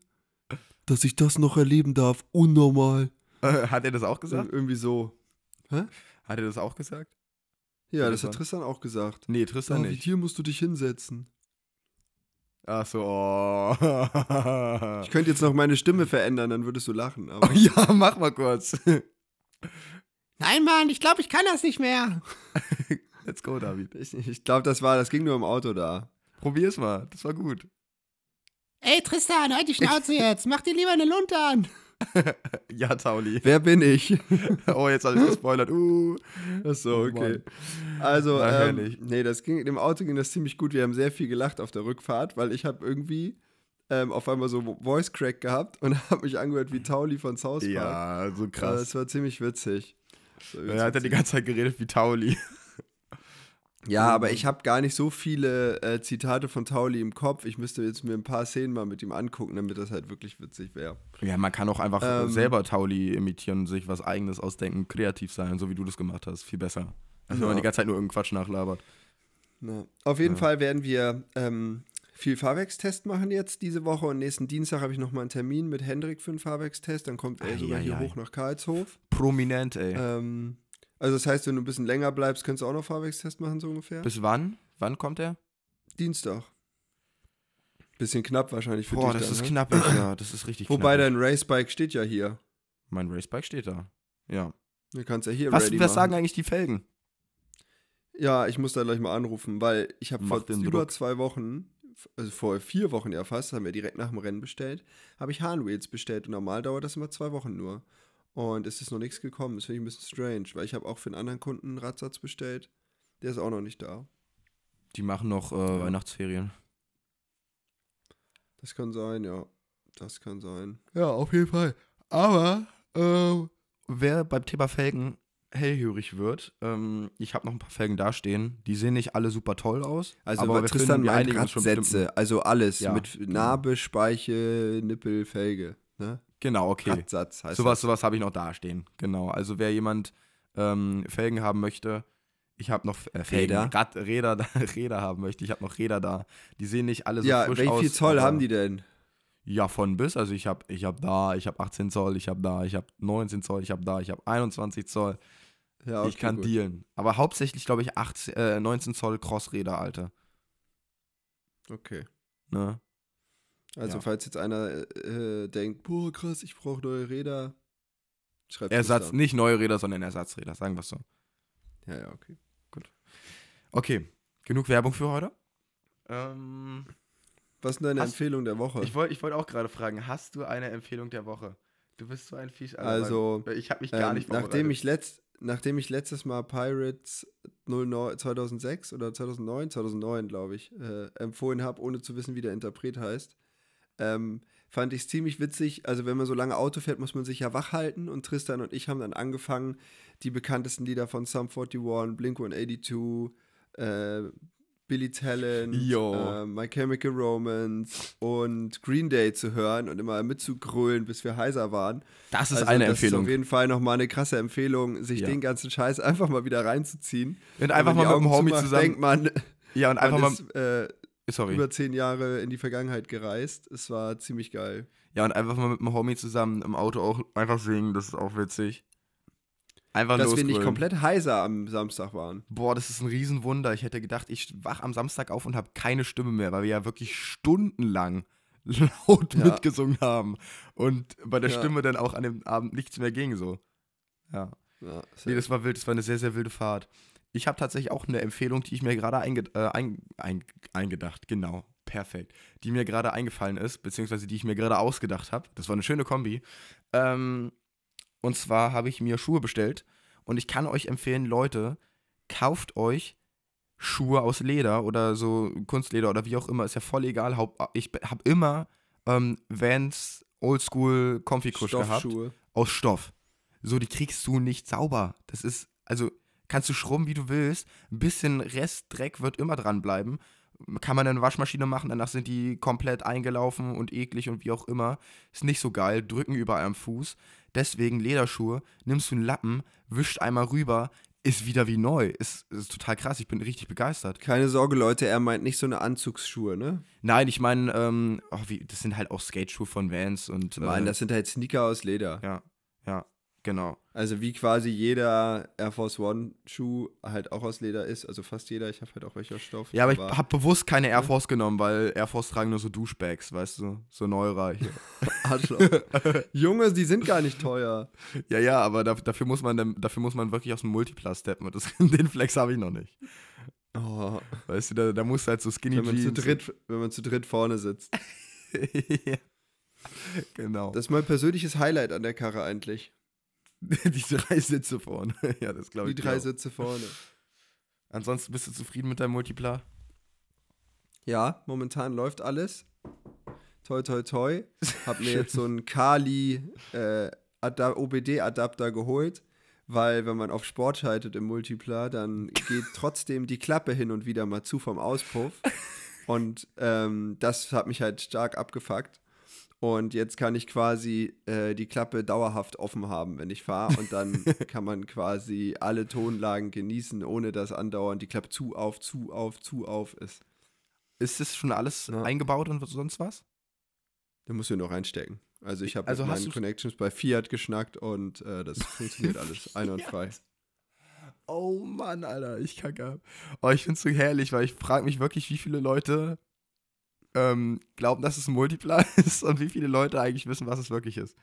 [SPEAKER 2] Dass ich das noch erleben darf, unnormal.
[SPEAKER 3] Hat er das auch gesagt?
[SPEAKER 2] halt Irgendwie so.
[SPEAKER 3] Hat er das auch gesagt?
[SPEAKER 2] Ja, das hat Tristan auch gesagt.
[SPEAKER 3] Nee, Tristan
[SPEAKER 2] David,
[SPEAKER 3] nicht.
[SPEAKER 2] hier musst du dich hinsetzen.
[SPEAKER 3] Ach so, oh.
[SPEAKER 2] Ich könnte jetzt noch meine Stimme verändern, dann würdest du lachen. Aber
[SPEAKER 3] Oh Ja, mach mal kurz.
[SPEAKER 4] Nein, Mann, ich glaube, ich kann das nicht mehr.
[SPEAKER 3] Let's go, David.
[SPEAKER 2] ich ich glaube, das war, das ging nur im Auto da.
[SPEAKER 3] Probier's mal. Das war gut.
[SPEAKER 4] Ey, Tristan, halt die Schnauze jetzt. Mach dir lieber eine Lunte an.
[SPEAKER 3] Ja, Tauli.
[SPEAKER 2] Wer bin ich?
[SPEAKER 3] Oh, jetzt hab ich gespoilert. Uh.
[SPEAKER 2] Achso,
[SPEAKER 3] Oh Mann.
[SPEAKER 2] okay. Also,
[SPEAKER 3] Na,
[SPEAKER 2] ähm,
[SPEAKER 3] herrlich.
[SPEAKER 2] nee, das ging, im Auto ging das ziemlich gut. Wir haben sehr viel gelacht auf der Rückfahrt, weil ich habe irgendwie ähm, auf einmal so Voice Crack gehabt und habe mich angehört wie Tauli von South Park.
[SPEAKER 3] Ja, so
[SPEAKER 2] Äh,
[SPEAKER 3] krass.
[SPEAKER 2] Das war ziemlich witzig. So,
[SPEAKER 3] Er hat er die ganze Zeit geredet wie Tauli.
[SPEAKER 2] Ja, aber ich habe gar nicht so viele äh, Zitate von Tauli im Kopf. Ich müsste jetzt mir ein paar Szenen mal mit ihm angucken, damit das halt wirklich witzig wäre.
[SPEAKER 3] Ja, man kann auch einfach äh,
[SPEAKER 2] Ähm.
[SPEAKER 3] selber Tauli imitieren und sich was eigenes ausdenken, kreativ sein, so wie du das gemacht hast. Viel besser. Als wenn man die ganze Zeit nur irgendeinen Quatsch nachlabert.
[SPEAKER 2] Na, Auf jeden Fall werden wir ähm, viel Fahrwerkstest machen jetzt diese Woche und nächsten Dienstag habe ich nochmal einen Termin mit Hendrik für einen Fahrwerkstest. Dann kommt er sogar hier
[SPEAKER 3] Eieiei.
[SPEAKER 2] hoch nach Karlshof.
[SPEAKER 3] Prominent, ey.
[SPEAKER 2] Ähm, also das heißt, wenn du ein bisschen länger bleibst, kannst du auch noch Fahrwerkstest machen, so ungefähr.
[SPEAKER 3] Bis wann? Wann kommt er?
[SPEAKER 2] Dienstag. Bisschen knapp wahrscheinlich für
[SPEAKER 3] Boah,
[SPEAKER 2] dich.
[SPEAKER 3] das
[SPEAKER 2] dann,
[SPEAKER 3] ist
[SPEAKER 2] ne?
[SPEAKER 3] knappig, ja. Das ist richtig
[SPEAKER 2] Wobei
[SPEAKER 3] knappig.
[SPEAKER 2] dein Racebike steht ja hier.
[SPEAKER 3] Mein Racebike steht da. Ja.
[SPEAKER 2] Du kannst ja hier
[SPEAKER 3] Was,
[SPEAKER 2] ready
[SPEAKER 3] was
[SPEAKER 2] machen.
[SPEAKER 3] sagen eigentlich die Felgen?
[SPEAKER 2] Ja, ich muss da gleich mal anrufen, weil ich habe
[SPEAKER 3] Mach
[SPEAKER 2] vor
[SPEAKER 3] den
[SPEAKER 2] über
[SPEAKER 3] Druck.
[SPEAKER 2] zwei Wochen, also vor vier Wochen ja fast, haben wir direkt nach dem Rennen bestellt, habe ich Harnwheels bestellt und normal dauert das immer zwei Wochen nur. Und es ist noch nichts gekommen, das finde ich ein bisschen strange, weil ich habe auch für einen anderen Kunden einen Radsatz bestellt, der ist auch noch nicht da.
[SPEAKER 3] Die machen noch äh, Weihnachtsferien.
[SPEAKER 2] Das kann sein, ja. Das kann sein.
[SPEAKER 3] Ja, auf jeden Fall. Aber ähm, wer beim Thema Felgen hellhörig wird, ähm, ich habe noch ein paar Felgen dastehen. Die sehen nicht alle super toll aus.
[SPEAKER 2] Also
[SPEAKER 3] aber
[SPEAKER 2] aber
[SPEAKER 3] wir
[SPEAKER 2] Tristan
[SPEAKER 3] finden, wir
[SPEAKER 2] meint
[SPEAKER 3] einigen uns schon bestimmt-
[SPEAKER 2] Radsätze, also alles
[SPEAKER 3] Ja.
[SPEAKER 2] mit Narbe, Speiche, Nippel, Felge, ne?
[SPEAKER 3] Genau, okay.
[SPEAKER 2] Radsatz heißt
[SPEAKER 3] Sowas, sowas habe ich noch dastehen. Genau. Also wer jemand ähm, Felgen haben möchte, ich habe noch äh, Felgen,
[SPEAKER 2] Räder?
[SPEAKER 3] Rad, Räder, da, Räder haben möchte. Ich habe noch Räder da. Die sehen nicht alle
[SPEAKER 2] das.
[SPEAKER 3] so
[SPEAKER 2] Ja,
[SPEAKER 3] Also frisch
[SPEAKER 2] wie
[SPEAKER 3] aus.
[SPEAKER 2] viel Zoll
[SPEAKER 3] aber-
[SPEAKER 2] haben die denn?
[SPEAKER 3] Ja, von bis. Also ich habe ich hab da, ich habe 18 Zoll, ich habe da, ich habe 19 Zoll, ich habe da, ich habe 21 Zoll.
[SPEAKER 2] Ja,
[SPEAKER 3] ich kann
[SPEAKER 2] gut.
[SPEAKER 3] dealen. Aber hauptsächlich, glaube ich, 18, äh, 19 Zoll Crossräder, Alter.
[SPEAKER 2] Okay.
[SPEAKER 3] Ne?
[SPEAKER 2] Also
[SPEAKER 3] Ja.
[SPEAKER 2] falls jetzt einer äh, äh, denkt, boah krass, ich brauche neue Räder, schreibt
[SPEAKER 3] Ersatz,
[SPEAKER 2] nicht.
[SPEAKER 3] nicht neue Räder, sondern Ersatzräder, sagen wir es so.
[SPEAKER 2] Ja, ja, okay.
[SPEAKER 3] Okay, genug Werbung für heute. Ähm,
[SPEAKER 2] Was ist denn deine
[SPEAKER 3] Hast-
[SPEAKER 2] Empfehlung der Woche?
[SPEAKER 3] ich wollte ich wollt auch gerade fragen, hast du eine Empfehlung der Woche? Du bist so ein Fisch. Alter,
[SPEAKER 2] Also,
[SPEAKER 3] weil ich habe mich gar
[SPEAKER 2] ähm,
[SPEAKER 3] nicht
[SPEAKER 2] nachdem ich letzt, nachdem ich letztes Mal Pirates 09, 2006 oder 2009, 2009 glaube ich, äh, empfohlen habe, ohne zu wissen, wie der Interpret heißt, ähm, fand ich es ziemlich witzig. Also wenn man so lange Auto fährt, muss man sich ja wach halten. Und Tristan und ich haben dann angefangen, die bekanntesten Lieder von Sum 41, Blink-182, äh, Billy Talent,
[SPEAKER 3] Jo.
[SPEAKER 2] äh, My Chemical Romance und Green Day zu hören und immer mitzugrölen, bis wir heiser waren.
[SPEAKER 3] das ist
[SPEAKER 2] Also
[SPEAKER 3] eine
[SPEAKER 2] das Ist
[SPEAKER 3] Empfehlung.
[SPEAKER 2] auf jeden Fall nochmal eine krasse Empfehlung, sich
[SPEAKER 3] Ja.
[SPEAKER 2] den ganzen Scheiß einfach mal wieder reinzuziehen.
[SPEAKER 3] und einfach
[SPEAKER 2] Wenn man die
[SPEAKER 3] mal mit dem
[SPEAKER 2] Augen
[SPEAKER 3] Homie
[SPEAKER 2] zumacht,
[SPEAKER 3] zusammen.
[SPEAKER 2] Denkt man,
[SPEAKER 3] ja, und einfach
[SPEAKER 2] man
[SPEAKER 3] mal.
[SPEAKER 2] ist äh,
[SPEAKER 3] Sorry.
[SPEAKER 2] über zehn Jahre in die Vergangenheit gereist. Es war ziemlich geil.
[SPEAKER 3] Ja, und einfach mal mit dem Homie zusammen im Auto auch einfach singen, das ist auch witzig. Einfach
[SPEAKER 2] Dass wir nicht
[SPEAKER 3] losgrölen.
[SPEAKER 2] komplett heiser am Samstag waren.
[SPEAKER 3] Boah, das ist ein Riesenwunder. Ich hätte gedacht, ich wach am Samstag auf und habe keine Stimme mehr, weil wir ja wirklich stundenlang laut
[SPEAKER 2] Ja.
[SPEAKER 3] mitgesungen haben. Und bei der
[SPEAKER 2] Ja.
[SPEAKER 3] Stimme dann auch an dem Abend nichts mehr ging so. Ja.
[SPEAKER 2] Ja,
[SPEAKER 3] Nee, das war wild, das war eine sehr, sehr wilde Fahrt. Ich habe tatsächlich auch eine Empfehlung, die ich mir gerade einge äh, ein ein eingedacht, genau, perfekt, die mir gerade eingefallen ist, beziehungsweise die ich mir gerade ausgedacht habe. Das war eine schöne Kombi. Ähm, und zwar habe ich mir Schuhe bestellt und ich kann euch empfehlen, Leute, kauft euch Schuhe aus Leder oder so Kunstleder oder wie auch immer, ist ja voll egal. Haupt ich habe immer ähm, Vans Oldschool Comfy Kusch gehabt
[SPEAKER 2] Stoffschuhe.
[SPEAKER 3] aus Stoff. So, die kriegst du nicht sauber. Das ist, also kannst du schrubben, wie du willst. Ein bisschen Restdreck wird immer dranbleiben. Kann man in eine Waschmaschine machen, danach sind die komplett eingelaufen und eklig und wie auch immer. Ist nicht so geil, drücken überall am Fuß. Deswegen Lederschuhe, nimmst du einen Lappen, wischt einmal rüber, ist wieder wie neu. Ist, ist total krass, ich bin richtig begeistert.
[SPEAKER 2] Keine Sorge, Leute, er meint nicht so eine Anzugsschuhe, ne?
[SPEAKER 3] Nein, ich meine, ähm, oh, wie, das sind halt auch Skateschuhe von Vans und. äh,
[SPEAKER 2] Nein, das sind halt Sneaker aus Leder.
[SPEAKER 3] Ja, ja, genau.
[SPEAKER 2] Also wie quasi jeder Air Force One Schuh halt auch aus Leder ist. Also fast jeder. Ich habe halt auch welcher Stoff.
[SPEAKER 3] Ja, aber ich hab bewusst keine Air Force genommen, weil Air Force tragen nur so Douchebags, weißt du? So neureich.
[SPEAKER 2] Arschloch. Junge, die sind gar nicht teuer.
[SPEAKER 3] ja, ja, aber da, dafür, muss man dann, dafür muss man wirklich aus dem Multiplus steppen. Und das, den Flex habe ich noch nicht.
[SPEAKER 2] Oh.
[SPEAKER 3] Weißt du, da, da musst du halt so Skinny
[SPEAKER 2] Wenn man, zu
[SPEAKER 3] Jeans.
[SPEAKER 2] dritt, wenn man zu dritt vorne sitzt.
[SPEAKER 3] ja. Genau.
[SPEAKER 2] Das ist mein persönliches Highlight an der Karre eigentlich.
[SPEAKER 3] die drei Sitze vorne. ja, das glaube
[SPEAKER 2] Die
[SPEAKER 3] ich. dir
[SPEAKER 2] drei
[SPEAKER 3] auch.
[SPEAKER 2] Sitze vorne.
[SPEAKER 3] Ansonsten bist du zufrieden mit deinem Multipla?
[SPEAKER 2] Ja, momentan läuft alles. toi toi toi, hab mir jetzt so einen Kali äh, Ada OBD-Adapter geholt, weil wenn man auf Sport schaltet im Multipler, dann geht trotzdem die Klappe hin und wieder mal zu vom Auspuff. Und ähm, das hat mich halt stark abgefuckt. Und jetzt kann ich quasi äh, die Klappe dauerhaft offen haben, wenn ich fahre. Und dann kann man quasi alle Tonlagen genießen, ohne dass andauernd die Klappe zu auf, zu auf, zu auf ist.
[SPEAKER 3] Ist das schon alles
[SPEAKER 2] Ja.
[SPEAKER 3] eingebaut und sonst was?
[SPEAKER 2] Da musst du nur reinstecken. Also ich habe
[SPEAKER 3] Also
[SPEAKER 2] mit
[SPEAKER 3] hast
[SPEAKER 2] meinen
[SPEAKER 3] du's-
[SPEAKER 2] Connections bei Fiat geschnackt und äh, das funktioniert alles einwandfrei.
[SPEAKER 3] Oh Mann, Alter, ich kacke ab. Oh, ich find's so herrlich, weil ich frage mich wirklich, wie viele Leute ähm, glauben, dass es ein Multipler ist und wie viele Leute eigentlich wissen, was es wirklich ist.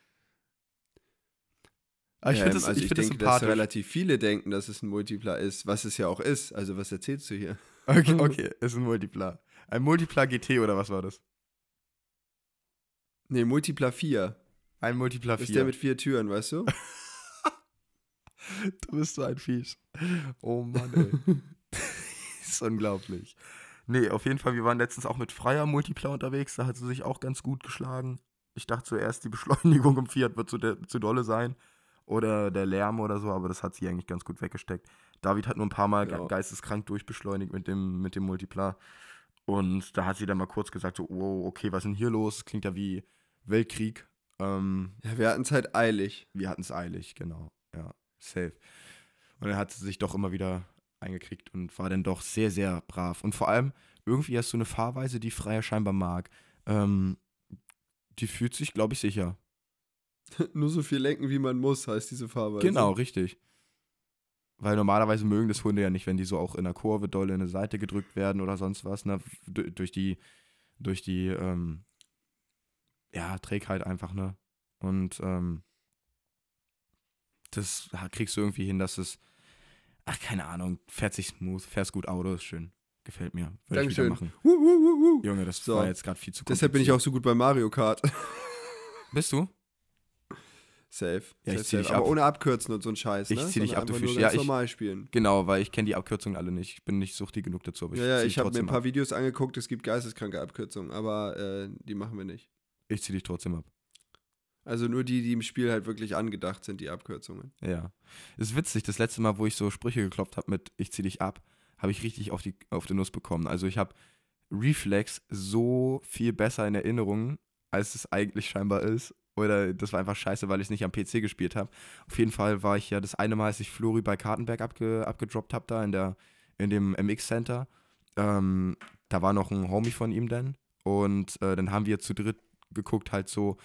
[SPEAKER 3] Aber ich finde
[SPEAKER 2] Ähm,
[SPEAKER 3] das,
[SPEAKER 2] also
[SPEAKER 3] ich
[SPEAKER 2] ich
[SPEAKER 3] find das
[SPEAKER 2] denke, dass
[SPEAKER 3] sympathisch.
[SPEAKER 2] relativ viele denken, dass es ein Multipler ist, was es ja auch ist. Also was erzählst du hier?
[SPEAKER 3] Okay, okay, es ist ein Multipler. Ein Multipler GT oder was war das?
[SPEAKER 2] Nee, Multipler 4.
[SPEAKER 3] Ein Multipler
[SPEAKER 2] Ist der
[SPEAKER 3] 4.
[SPEAKER 2] mit vier Türen, weißt du?
[SPEAKER 3] Du bist so ein Fies. Oh Mann, ey. ist unglaublich. Nee, auf jeden Fall, wir waren letztens auch mit Freier Multipler unterwegs, da hat sie sich auch ganz gut geschlagen. Ich dachte zuerst, die Beschleunigung im Fiat wird zu, de zu dolle sein oder der Lärm oder so, aber das hat sie eigentlich ganz gut weggesteckt. David hat nur ein paar Mal ge-
[SPEAKER 2] Ja.
[SPEAKER 3] geisteskrank durchbeschleunigt mit dem, mit dem Multipler und da hat sie dann mal kurz gesagt, so, wow, okay, was ist denn hier los? Das klingt ja wie Weltkrieg. Ähm,
[SPEAKER 2] Ja, wir hatten es halt eilig.
[SPEAKER 3] wir hatten es eilig, genau. Ja, safe. Und dann hat sie sich doch immer wieder eingekriegt und war dann doch sehr, sehr brav. Und vor allem, irgendwie hast du eine Fahrweise, die Freier scheinbar mag. Ähm, die fühlt sich, glaube ich, sicher.
[SPEAKER 2] Nur so viel lenken, wie man muss, heißt diese Fahrweise.
[SPEAKER 3] Genau, richtig. Weil normalerweise mögen das Hunde ja nicht, wenn die so auch in der Kurve doll in eine Seite gedrückt werden oder sonst was, ne? Du- Durch die, durch die, ähm, ja, Trägheit einfach, ne? Und, ähm, das ha- kriegst du irgendwie hin, dass es, ach, keine Ahnung, fährt sich smooth, fährst gut Auto, ist schön. Gefällt mir. Würde ich wieder
[SPEAKER 2] Dankeschön.
[SPEAKER 3] machen.
[SPEAKER 2] Wuh, wuh, wuh, wuh.
[SPEAKER 3] Junge, das
[SPEAKER 2] So.
[SPEAKER 3] war jetzt gerade viel zu
[SPEAKER 2] Deshalb bin ich auch
[SPEAKER 3] kompliziert.
[SPEAKER 2] so gut bei Mario Kart.
[SPEAKER 3] Bist du?
[SPEAKER 2] safe.
[SPEAKER 3] Ja, ich
[SPEAKER 2] safe,
[SPEAKER 3] zieh dich
[SPEAKER 2] safe. Aber
[SPEAKER 3] ab.
[SPEAKER 2] ohne abkürzen und so ein Scheiß.
[SPEAKER 3] Ich
[SPEAKER 2] ne?
[SPEAKER 3] zieh dich
[SPEAKER 2] Sondern
[SPEAKER 3] ab, du
[SPEAKER 2] einfach nur
[SPEAKER 3] Fisch.
[SPEAKER 2] ganz
[SPEAKER 3] Ja, ich-
[SPEAKER 2] normal spielen.
[SPEAKER 3] Genau, weil ich kenne die Abkürzungen alle nicht. Ich bin nicht suchtig genug dazu, aber ich
[SPEAKER 2] Ja, ja,
[SPEAKER 3] zieh
[SPEAKER 2] ich habe mir
[SPEAKER 3] trotzdem
[SPEAKER 2] ein
[SPEAKER 3] ab.
[SPEAKER 2] paar Videos angeguckt, es gibt geisteskranke Abkürzungen, aber äh, die machen wir nicht.
[SPEAKER 3] Ich zieh dich trotzdem ab.
[SPEAKER 2] Also nur die, die im Spiel halt wirklich angedacht sind, die Abkürzungen.
[SPEAKER 3] Ja. Ist witzig, das letzte Mal, wo ich so Sprüche geklopft habe mit Ich zieh dich ab, habe ich richtig auf die, auf die Nuss bekommen. Also ich habe Reflex so viel besser in Erinnerung, als es eigentlich scheinbar ist. Oder das war einfach scheiße, weil ich es nicht am PC gespielt habe. Auf jeden Fall war ich ja das eine Mal, als ich Flori bei Kartenberg abge, abgedroppt habe, da in, der, in dem MX-Center. Ähm, da war noch ein Homie von ihm dann. Und äh, dann haben wir zu dritt geguckt, halt so,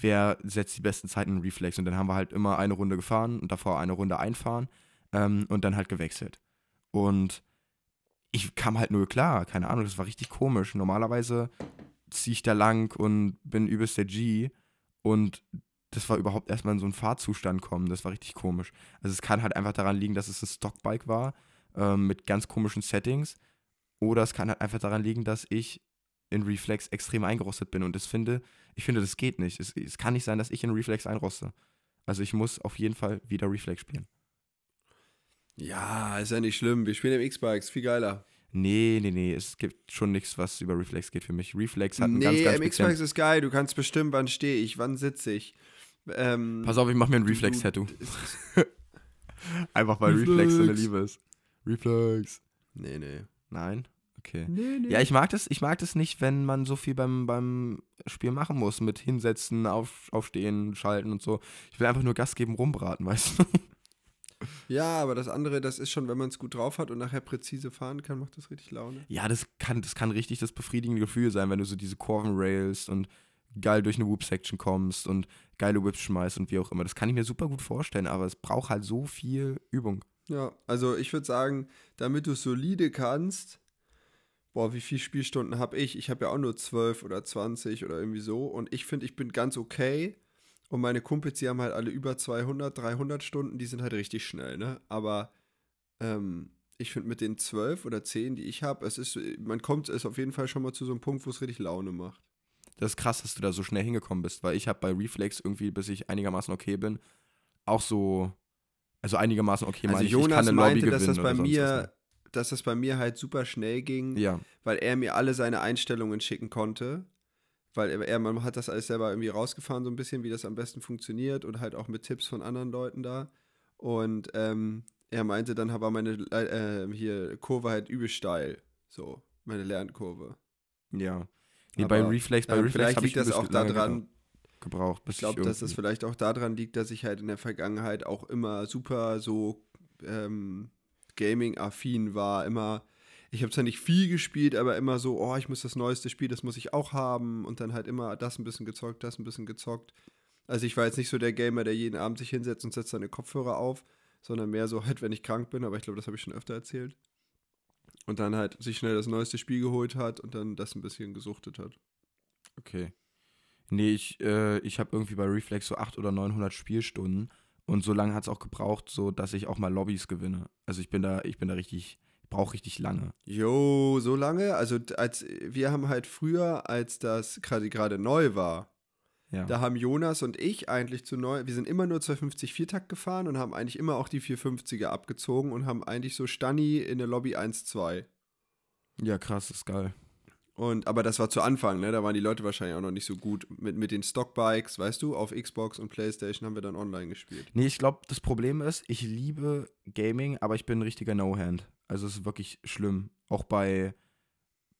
[SPEAKER 3] wer setzt die besten Zeiten in Reflex. Und dann haben wir halt immer eine Runde gefahren und davor eine Runde einfahren ähm, und dann halt gewechselt. Und ich kam halt null klar, keine Ahnung, das war richtig komisch. Normalerweise ziehe ich da lang und bin übelst der G und das war überhaupt erstmal in so einen Fahrzustand kommen, das war richtig komisch. Also es kann halt einfach daran liegen, dass es ein Stockbike war ähm, mit ganz komischen Settings oder es kann halt einfach daran liegen, dass ich in Reflex extrem eingerostet bin und das finde, ich finde, das geht nicht. Es, es kann nicht sein, dass ich in Reflex einroste. Also ich muss auf jeden Fall wieder Reflex spielen.
[SPEAKER 2] Ja, ist ja nicht schlimm. Wir spielen im X-Bikes, viel geiler.
[SPEAKER 3] Nee, nee, nee, es gibt schon nichts, was über Reflex geht für mich. Reflex hat einen
[SPEAKER 2] nee,
[SPEAKER 3] ganz, ganz
[SPEAKER 2] im
[SPEAKER 3] speziellen-
[SPEAKER 2] X-Bikes ist geil. Du kannst bestimmen, wann stehe ich, wann sitze ich. Ähm,
[SPEAKER 3] Pass auf, ich mach mir ein
[SPEAKER 2] du-
[SPEAKER 3] Reflex-Tattoo.
[SPEAKER 2] du-
[SPEAKER 3] Einfach weil Reflex so eine
[SPEAKER 2] Reflex.
[SPEAKER 3] Liebe ist. Reflex.
[SPEAKER 2] Nee, nee.
[SPEAKER 3] Nein? Okay.
[SPEAKER 2] Nee, nee.
[SPEAKER 3] Ja, ich mag das, ich mag das nicht, wenn man so viel beim, beim Spiel machen muss, mit hinsetzen, auf, aufstehen, schalten und so. Ich will einfach nur Gas geben, rumbraten, weißt du?
[SPEAKER 2] ja, aber das andere, das ist schon, wenn man es gut drauf hat und nachher präzise fahren kann, macht das richtig Laune.
[SPEAKER 3] Ja, das kann, das kann richtig das befriedigende Gefühl sein, wenn du so diese Kurven railst und geil durch eine Whoop-Section kommst und geile Whips schmeißt und wie auch immer. Das kann ich mir super gut vorstellen, aber es braucht halt so viel Übung.
[SPEAKER 2] Ja, also ich würde sagen, damit du solide kannst, boah, wie viele Spielstunden habe ich? Ich habe ja auch nur 12 oder 20 oder irgendwie so. Und ich finde, ich bin ganz okay. Und meine Kumpels, die haben halt alle über 200, 300 Stunden, die sind halt richtig schnell, ne? Aber ähm, ich finde mit den 12 oder 10, die ich habe, es ist, man kommt es auf jeden Fall schon mal zu so einem Punkt, wo es richtig Laune macht.
[SPEAKER 3] Das ist krass, dass du da so schnell hingekommen bist, weil ich habe bei Reflex irgendwie, bis ich einigermaßen okay bin, auch so, also einigermaßen okay meine
[SPEAKER 2] also
[SPEAKER 3] ich, ich kann
[SPEAKER 2] Jonas
[SPEAKER 3] eine Lobby
[SPEAKER 2] meinte,
[SPEAKER 3] gewinnen
[SPEAKER 2] dass das bei
[SPEAKER 3] oder sonst ne?
[SPEAKER 2] mir, dass das bei mir halt super schnell ging.
[SPEAKER 3] was. Ja,
[SPEAKER 2] weil er mir alle seine Einstellungen schicken konnte, weil er- er, man hat das alles selber irgendwie rausgefahren, so ein bisschen, wie das am besten funktioniert und halt auch mit Tipps von anderen Leuten da. Und ähm, er meinte, dann war meine äh, äh, hier Kurve halt übel steil. So, meine Lernkurve.
[SPEAKER 3] Ja. Nee, bei
[SPEAKER 2] Aber,
[SPEAKER 3] Reflex, bei
[SPEAKER 2] Ähm,
[SPEAKER 3] Reflex
[SPEAKER 2] vielleicht
[SPEAKER 3] hab
[SPEAKER 2] liegt
[SPEAKER 3] ich ein
[SPEAKER 2] das auch
[SPEAKER 3] bisschen lange
[SPEAKER 2] daran,
[SPEAKER 3] gebraucht. Bis
[SPEAKER 2] ich glaube, dass das
[SPEAKER 3] irgendwie-
[SPEAKER 2] vielleicht auch daran liegt, dass ich halt in der Vergangenheit auch immer super so ähm, Gaming-affin war. Immer, ich habe zwar nicht viel gespielt, aber immer so, oh, ich muss das neueste Spiel, das muss ich auch haben. Und dann halt immer das ein bisschen gezockt, das ein bisschen gezockt. Also ich war jetzt nicht so der Gamer, der jeden Abend sich hinsetzt und setzt seine Kopfhörer auf, sondern mehr so halt, wenn ich krank bin. Aber ich glaube, das habe ich schon öfter erzählt. Und dann halt sich schnell das neueste Spiel geholt hat und dann das ein bisschen gesuchtet hat.
[SPEAKER 3] Okay. Nee, ich, äh, ich habe irgendwie bei Reflex so 800 oder 900 Spielstunden und so lange hat es auch gebraucht, so dass ich auch mal Lobbys gewinne. Also ich bin da, ich bin da richtig, brauche richtig lange.
[SPEAKER 2] Jo, so lange? Also d- als wir haben halt früher, als das gerade gerade neu war,
[SPEAKER 3] Ja.
[SPEAKER 2] da haben Jonas und ich eigentlich zu neu, wir sind immer nur 250 Viertakt gefahren und haben eigentlich immer auch die 450er abgezogen und haben eigentlich so Stani in der Lobby 1-2.
[SPEAKER 3] ja, krass, ist geil.
[SPEAKER 2] Und, aber das war zu Anfang, ne? Da waren die Leute wahrscheinlich auch noch nicht so gut mit, mit den Stockbikes, weißt du? Auf Xbox und Playstation haben wir dann online gespielt.
[SPEAKER 3] Nee, ich glaube, das Problem ist, ich liebe Gaming, aber ich bin ein richtiger No-Hand. Also es ist wirklich schlimm. Auch bei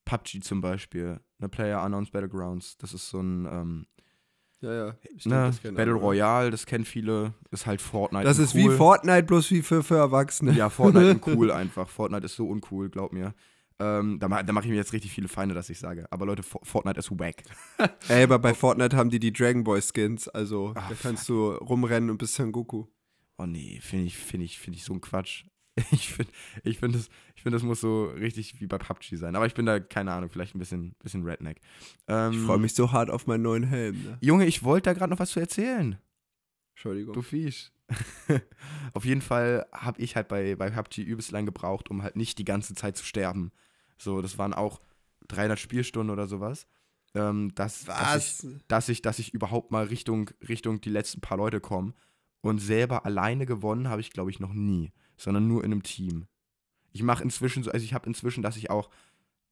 [SPEAKER 3] PUBG zum Beispiel. Ne, Player Unknowns Battlegrounds. Das ist so ein ähm,
[SPEAKER 2] Ja, ja. stimmt,
[SPEAKER 3] ne,
[SPEAKER 2] das kennen
[SPEAKER 3] Battle
[SPEAKER 2] alle.
[SPEAKER 3] Royale, das kennen viele. Ist halt Fortnite.
[SPEAKER 2] Das
[SPEAKER 3] in
[SPEAKER 2] ist
[SPEAKER 3] cool.
[SPEAKER 2] wie Fortnite, bloß wie für, für Erwachsene.
[SPEAKER 3] Ja, Fortnite ist cool einfach. Fortnite ist so uncool, glaub mir. Ähm, da ma- da mache ich mir jetzt richtig viele Feinde, dass ich sage. Aber Leute, Fo- Fortnite ist wack.
[SPEAKER 2] Ey, aber bei Fortnite haben die die Dragon Ball Skins, also da kannst du rumrennen und bist dann Goku.
[SPEAKER 3] Oh nee, finde ich, finde ich, finde ich so ein Quatsch. Ich finde, ich finde das, ich finde das muss so richtig wie bei PUBG sein. Aber ich bin da, keine Ahnung, vielleicht ein bisschen, bisschen Redneck. Ähm,
[SPEAKER 2] Ich freue mich so hart auf meinen neuen Helm. Ne?
[SPEAKER 3] Junge, ich wollte da gerade noch was zu erzählen.
[SPEAKER 2] Entschuldigung.
[SPEAKER 3] Du Fisch. Auf jeden Fall habe ich halt bei, bei PUBG übelst lang gebraucht, um halt nicht die ganze Zeit zu sterben. So, das waren auch 300 Spielstunden oder sowas. Ähm, das, Dass ich, dass, ich, dass ich überhaupt mal Richtung, Richtung die letzten paar Leute komme. Und selber alleine gewonnen habe ich, glaube ich, noch nie. Sondern nur in einem Team. Ich mache inzwischen so, also ich habe inzwischen, dass ich auch,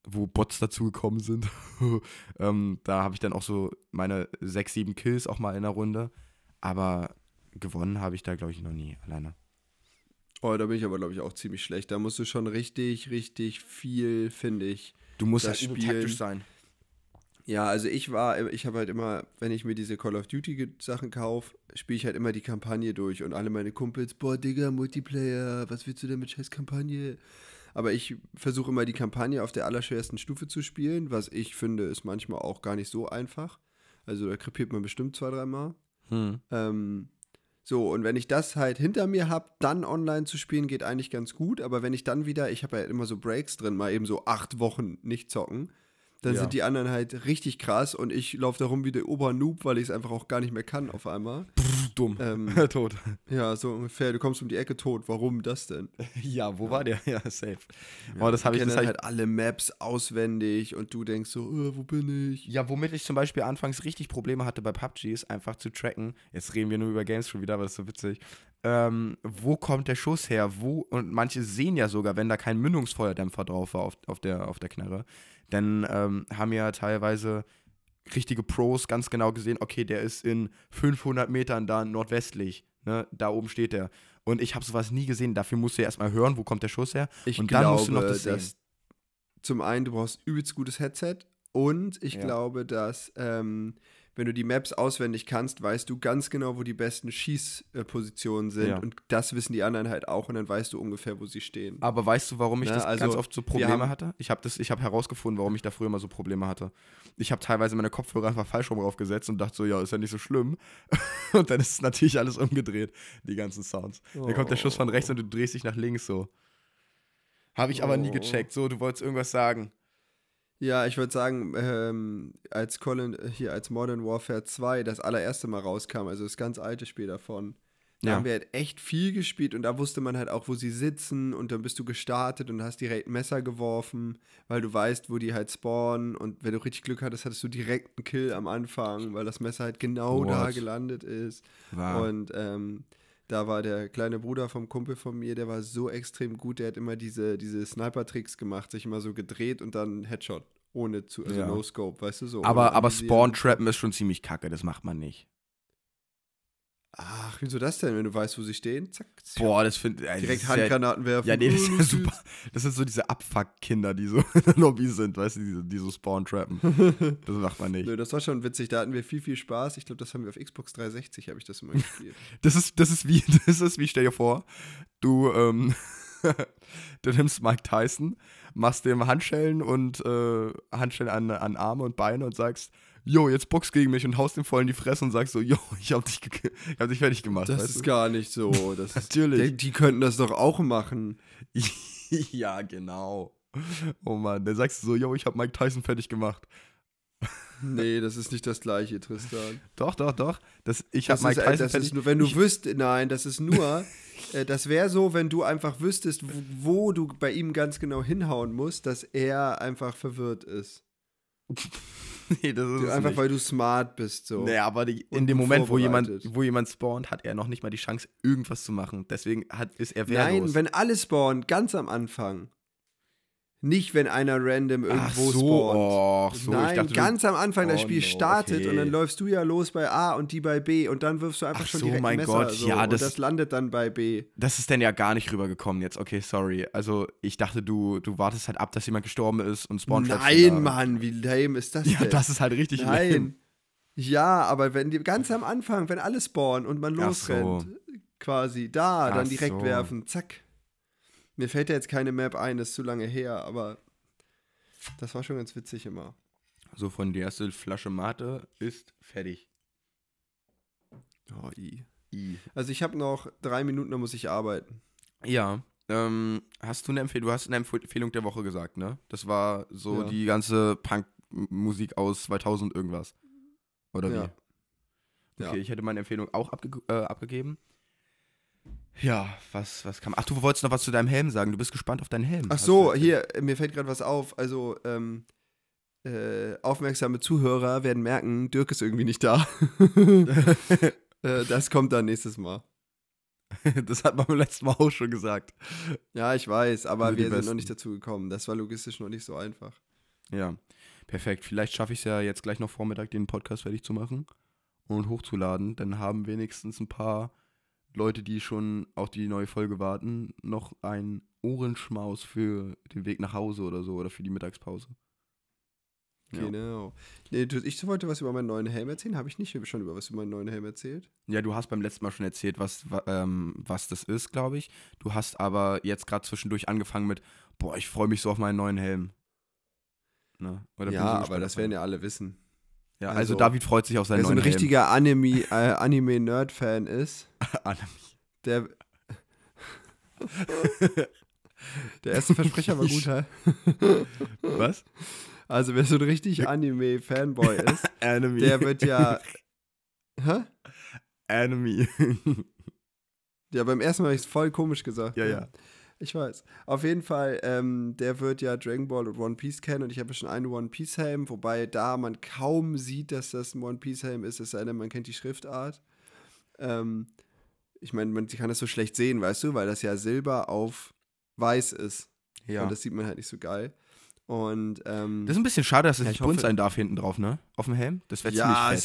[SPEAKER 3] wo Bots dazugekommen sind, ähm, da habe ich dann auch so meine sechs, sieben Kills auch mal in der Runde. Aber gewonnen habe ich da, glaube ich, noch nie alleine.
[SPEAKER 2] Oh, da bin ich aber, glaube ich, auch ziemlich schlecht. Da musst du schon richtig, richtig viel, finde ich,
[SPEAKER 3] Du musst
[SPEAKER 2] Das
[SPEAKER 3] halt übel
[SPEAKER 2] Spielen-
[SPEAKER 3] taktisch sein.
[SPEAKER 2] Ja, also ich war, ich habe halt immer, wenn ich mir diese Call of Duty ge- Sachen kaufe, spiele ich halt immer die Kampagne durch und alle meine Kumpels, boah, Digga, Multiplayer, was willst du denn mit scheiß Kampagne? Aber ich versuche immer die Kampagne auf der allerschwersten Stufe zu spielen, was ich finde, ist manchmal auch gar nicht so einfach. Also da krepiert man bestimmt zwei, dreimal. Ähm, so, und wenn ich das halt hinter mir habe, dann online zu spielen, geht eigentlich ganz gut. Aber wenn ich dann wieder, ich habe ja immer so Breaks drin, mal eben so acht Wochen nicht zocken, dann
[SPEAKER 3] Ja.
[SPEAKER 2] sind die anderen halt richtig krass und ich laufe darum wie der Obernoob, weil ich es einfach auch gar nicht mehr kann auf einmal.
[SPEAKER 3] Dumm.
[SPEAKER 2] Ähm.
[SPEAKER 3] Tot.
[SPEAKER 2] Ja, so ungefähr, du kommst um die Ecke tot, warum das denn?
[SPEAKER 3] Ja, wo war der? Ja, safe. oh, das habe
[SPEAKER 2] Die
[SPEAKER 3] ich,
[SPEAKER 2] kennen
[SPEAKER 3] das hab ich
[SPEAKER 2] halt alle Maps auswendig und du denkst so, äh, wo bin ich?
[SPEAKER 3] Ja, womit ich zum Beispiel anfangs richtig Probleme hatte bei PUBG, ist einfach zu tracken. Jetzt reden wir nur über Games schon wieder, aber das ist so witzig. Ähm, wo kommt der Schuss her? Wo? Und manche sehen ja sogar, wenn da kein Mündungsfeuerdämpfer drauf war auf, auf, der, auf der Knarre, dann ähm, haben ja teilweise richtige Pros ganz genau gesehen, okay, der ist in 500 Metern da nordwestlich. Ne? Da oben steht der. Und ich habe sowas nie gesehen. Dafür musst du ja erstmal hören, wo kommt der Schuss her.
[SPEAKER 2] Ich
[SPEAKER 3] und
[SPEAKER 2] glaube,
[SPEAKER 3] dann musst du noch das sehen.
[SPEAKER 2] dass zum einen du brauchst übelst gutes Headset und ich
[SPEAKER 3] Ja.
[SPEAKER 2] glaube, dass ähm, wenn du die Maps auswendig kannst, weißt du ganz genau, wo die besten Schießpositionen sind
[SPEAKER 3] Ja.
[SPEAKER 2] und das wissen die anderen halt auch und dann weißt du ungefähr, wo sie stehen.
[SPEAKER 3] Aber weißt du, warum ich
[SPEAKER 2] Ne,
[SPEAKER 3] das
[SPEAKER 2] also,
[SPEAKER 3] ganz oft so
[SPEAKER 2] wir
[SPEAKER 3] Probleme
[SPEAKER 2] haben-
[SPEAKER 3] hatte? Ich habe hab herausgefunden, warum ich da früher immer so Probleme hatte. Ich habe teilweise meine Kopfhörer einfach falsch rum draufgesetzt und dachte so, ja, ist ja nicht so schlimm. und dann ist natürlich alles umgedreht, die ganzen Sounds. Dann kommt der Schuss von rechts und du drehst dich nach links so. Habe ich aber nie
[SPEAKER 2] Oh.
[SPEAKER 3] gecheckt. So, du wolltest irgendwas sagen.
[SPEAKER 2] Ja, ich würde sagen, ähm, als Colin, hier als Modern Warfare 2 das allererste Mal rauskam, also das ganz alte Spiel davon, da
[SPEAKER 3] Ja.
[SPEAKER 2] haben wir halt echt viel gespielt und da wusste man halt auch, wo sie sitzen und dann bist du gestartet und hast direkt ein Messer geworfen, weil du weißt, wo die halt spawnen und wenn du richtig Glück hattest, hattest du direkt einen Kill am Anfang, weil das Messer halt genau da
[SPEAKER 3] What?
[SPEAKER 2] gelandet ist.
[SPEAKER 3] Wow.
[SPEAKER 2] Und ähm, da war der kleine Bruder vom Kumpel von mir, der war so extrem gut, der hat immer diese, diese Sniper-Tricks gemacht, sich immer so gedreht und dann Headshot. Ohne zu, also
[SPEAKER 3] Ja.
[SPEAKER 2] No Scope, weißt du so.
[SPEAKER 3] Aber,
[SPEAKER 2] ohne
[SPEAKER 3] aber
[SPEAKER 2] anvisieren.
[SPEAKER 3] Spawn-Trappen ist schon ziemlich kacke, das macht man nicht.
[SPEAKER 2] Ach, wieso das denn? Wenn du weißt, wo sie stehen, zack, zack.
[SPEAKER 3] Boah, das finde ich.
[SPEAKER 2] direkt
[SPEAKER 3] ja,
[SPEAKER 2] Handgranaten werfen.
[SPEAKER 3] ja, nee, das ist
[SPEAKER 2] Uh,
[SPEAKER 3] ja super. Das sind so diese Abfuck-Kinder, die so in der Lobby sind, weißt du, die, so- die so Spawn-Trappen. Das macht man nicht.
[SPEAKER 2] Nö, das war schon witzig, da hatten wir viel, viel Spaß. Ich glaube, das haben wir auf Xbox 360, habe ich das immer gespielt.
[SPEAKER 3] Das ist, das ist wie, das ist wie, stell dir vor, du, ähm, du nimmst Mike Tyson, machst dem Handschellen und äh, Handschellen an, an Arme und Beine und sagst, Jo, jetzt box gegen mich und haust dem voll in die Fresse und sagst so, Jo, ich hab dich, gek- ich hab dich fertig gemacht.
[SPEAKER 2] Das
[SPEAKER 3] weißt
[SPEAKER 2] ist
[SPEAKER 3] du?
[SPEAKER 2] gar nicht so. Das ist,
[SPEAKER 3] Natürlich.
[SPEAKER 2] Die, die könnten das doch auch machen.
[SPEAKER 3] ja, genau. Oh Mann, dann sagst du so, yo, ich hab Mike Tyson fertig gemacht.
[SPEAKER 2] Nee, das ist nicht das gleiche, Tristan.
[SPEAKER 3] Doch, doch, doch. Das, ich hab
[SPEAKER 2] Das
[SPEAKER 3] Mike
[SPEAKER 2] ist, äh,
[SPEAKER 3] Tyson
[SPEAKER 2] das
[SPEAKER 3] fertig
[SPEAKER 2] ist nur, wenn du
[SPEAKER 3] ich,
[SPEAKER 2] wüsstest, nein, das ist nur, äh, das wäre so, wenn du einfach wüsstest, wo, wo du bei ihm ganz genau hinhauen musst, dass er einfach verwirrt ist.
[SPEAKER 3] nee, das ist
[SPEAKER 2] Du,
[SPEAKER 3] es
[SPEAKER 2] einfach,
[SPEAKER 3] nicht.
[SPEAKER 2] weil du smart bist, so.
[SPEAKER 3] Naja, aber die, in
[SPEAKER 2] Und
[SPEAKER 3] dem Moment, wo
[SPEAKER 2] unvorbereitet.
[SPEAKER 3] jemand, wo jemand spawnt, hat er noch nicht mal die Chance, irgendwas zu machen. Deswegen hat, ist er
[SPEAKER 2] Nein,
[SPEAKER 3] wehrlos.
[SPEAKER 2] wenn alle spawnen, ganz am Anfang. Nicht, wenn einer random
[SPEAKER 3] Ach
[SPEAKER 2] irgendwo
[SPEAKER 3] so,
[SPEAKER 2] spawnt.
[SPEAKER 3] Och, so.
[SPEAKER 2] Nein,
[SPEAKER 3] ich dachte,
[SPEAKER 2] ganz am Anfang das
[SPEAKER 3] Oh
[SPEAKER 2] Spiel
[SPEAKER 3] no,
[SPEAKER 2] startet
[SPEAKER 3] okay.
[SPEAKER 2] und dann läufst du ja los bei A und die bei B und dann wirfst du einfach
[SPEAKER 3] Ach
[SPEAKER 2] schon
[SPEAKER 3] so,
[SPEAKER 2] direkt ein
[SPEAKER 3] mein
[SPEAKER 2] Messer.
[SPEAKER 3] Gott,
[SPEAKER 2] so,
[SPEAKER 3] ja, das-
[SPEAKER 2] und das landet dann bei B.
[SPEAKER 3] du, das ist denn ja gar nicht rübergekommen jetzt. Okay, sorry. Also ich dachte, du, du wartest halt ab, dass jemand gestorben ist und spawnt.
[SPEAKER 2] Nein, Mann, wie lame ist das
[SPEAKER 3] Ja,
[SPEAKER 2] denn?
[SPEAKER 3] das ist halt richtig
[SPEAKER 2] Nein.
[SPEAKER 3] lame.
[SPEAKER 2] Ja, aber wenn die ganz am Anfang, wenn alle spawnen und man
[SPEAKER 3] Ach
[SPEAKER 2] losrennt, quasi da,
[SPEAKER 3] Ach
[SPEAKER 2] dann direkt
[SPEAKER 3] so.
[SPEAKER 2] werfen, zack. Mir fällt ja jetzt keine Map ein, das ist zu lange her, aber das war schon ganz witzig immer.
[SPEAKER 3] So von die erste Flasche Mate ist fertig.
[SPEAKER 2] Oh, i. Also ich habe noch drei Minuten, da muss ich arbeiten.
[SPEAKER 3] Ja. Ähm, hast du eine Empfehlung? Du hast eine Empfe- Empfehlung der Woche gesagt, ne? Das war so
[SPEAKER 2] Ja.
[SPEAKER 3] die ganze Punk-Musik aus 2000 irgendwas. Oder wie?
[SPEAKER 2] Ja. Ja.
[SPEAKER 3] Okay, ich hätte meine Empfehlung auch abge äh, abgegeben. Ja, was, was kam. Ach, du wolltest noch was zu deinem Helm sagen. Du bist gespannt auf deinen Helm.
[SPEAKER 2] Ach
[SPEAKER 3] Hast
[SPEAKER 2] so,
[SPEAKER 3] du-
[SPEAKER 2] hier, äh, mir fällt gerade was auf. Also, ähm, äh, aufmerksame Zuhörer werden merken, Dirk ist irgendwie nicht da. äh, das kommt dann nächstes Mal.
[SPEAKER 3] Das hat man beim letzten Mal auch schon gesagt.
[SPEAKER 2] Ja, ich weiß, aber
[SPEAKER 3] Nur Also die
[SPEAKER 2] wir sind noch
[SPEAKER 3] Besten.
[SPEAKER 2] nicht dazu gekommen. Das war logistisch noch nicht so einfach.
[SPEAKER 3] Ja, perfekt. Vielleicht schaffe ich es ja jetzt gleich noch Vormittag, den Podcast fertig zu machen und hochzuladen. Dann haben wenigstens ein paar Leute, die schon auf die neue Folge warten, noch einen Ohrenschmaus für den Weg nach Hause oder so oder für die Mittagspause. Ja.
[SPEAKER 2] Genau. Nee, du, ich wollte was über meinen neuen Helm erzählen. Habe ich nicht schon über was über meinen neuen Helm erzählt?
[SPEAKER 3] Ja, du hast beim letzten Mal schon erzählt, was, wa- ähm, was das ist, glaube ich. Du hast aber jetzt gerade zwischendurch angefangen mit, boah, ich freue mich so auf meinen neuen Helm. Ne? Oder bin
[SPEAKER 2] ja,
[SPEAKER 3] so
[SPEAKER 2] aber
[SPEAKER 3] gespannt
[SPEAKER 2] das
[SPEAKER 3] auf
[SPEAKER 2] werden
[SPEAKER 3] meinen-
[SPEAKER 2] ja alle wissen.
[SPEAKER 3] Ja, also,
[SPEAKER 2] also-
[SPEAKER 3] David freut sich auf seinen
[SPEAKER 2] Wer so ein
[SPEAKER 3] neuen Helm.
[SPEAKER 2] richtiger Anime- äh, Anime-Nerd-Fan ist, der. der erste Versprecher war gut, hä?
[SPEAKER 3] Was?
[SPEAKER 2] Also, wer so ein richtig Anime-Fanboy ist,
[SPEAKER 3] Enemy.
[SPEAKER 2] der wird ja. Hä?
[SPEAKER 3] Enemy.
[SPEAKER 2] Ja, beim ersten Mal habe ich es voll komisch gesagt. ne?
[SPEAKER 3] Ja, ja.
[SPEAKER 2] Ich weiß. Auf jeden Fall, ähm, der wird ja Dragon Ball und One Piece kennen und ich habe ja schon einen One Piece Helm, wobei da man kaum sieht, dass das ein One Piece Helm ist, es sei denn, man kennt die Schriftart. Ähm, ich meine, man kann das so schlecht sehen, weißt du, weil das ja Silber auf Weiß ist.
[SPEAKER 3] ja.
[SPEAKER 2] Und
[SPEAKER 3] Das,
[SPEAKER 2] das sieht man halt nicht so geil. Und ähm,
[SPEAKER 3] ist ein bisschen schade, dass es
[SPEAKER 2] Ja,
[SPEAKER 3] nicht
[SPEAKER 2] ich hoffe-
[SPEAKER 3] bunt sein darf hinten drauf, ne? Auf dem Helm. Das wäre
[SPEAKER 2] ja,
[SPEAKER 3] ziemlich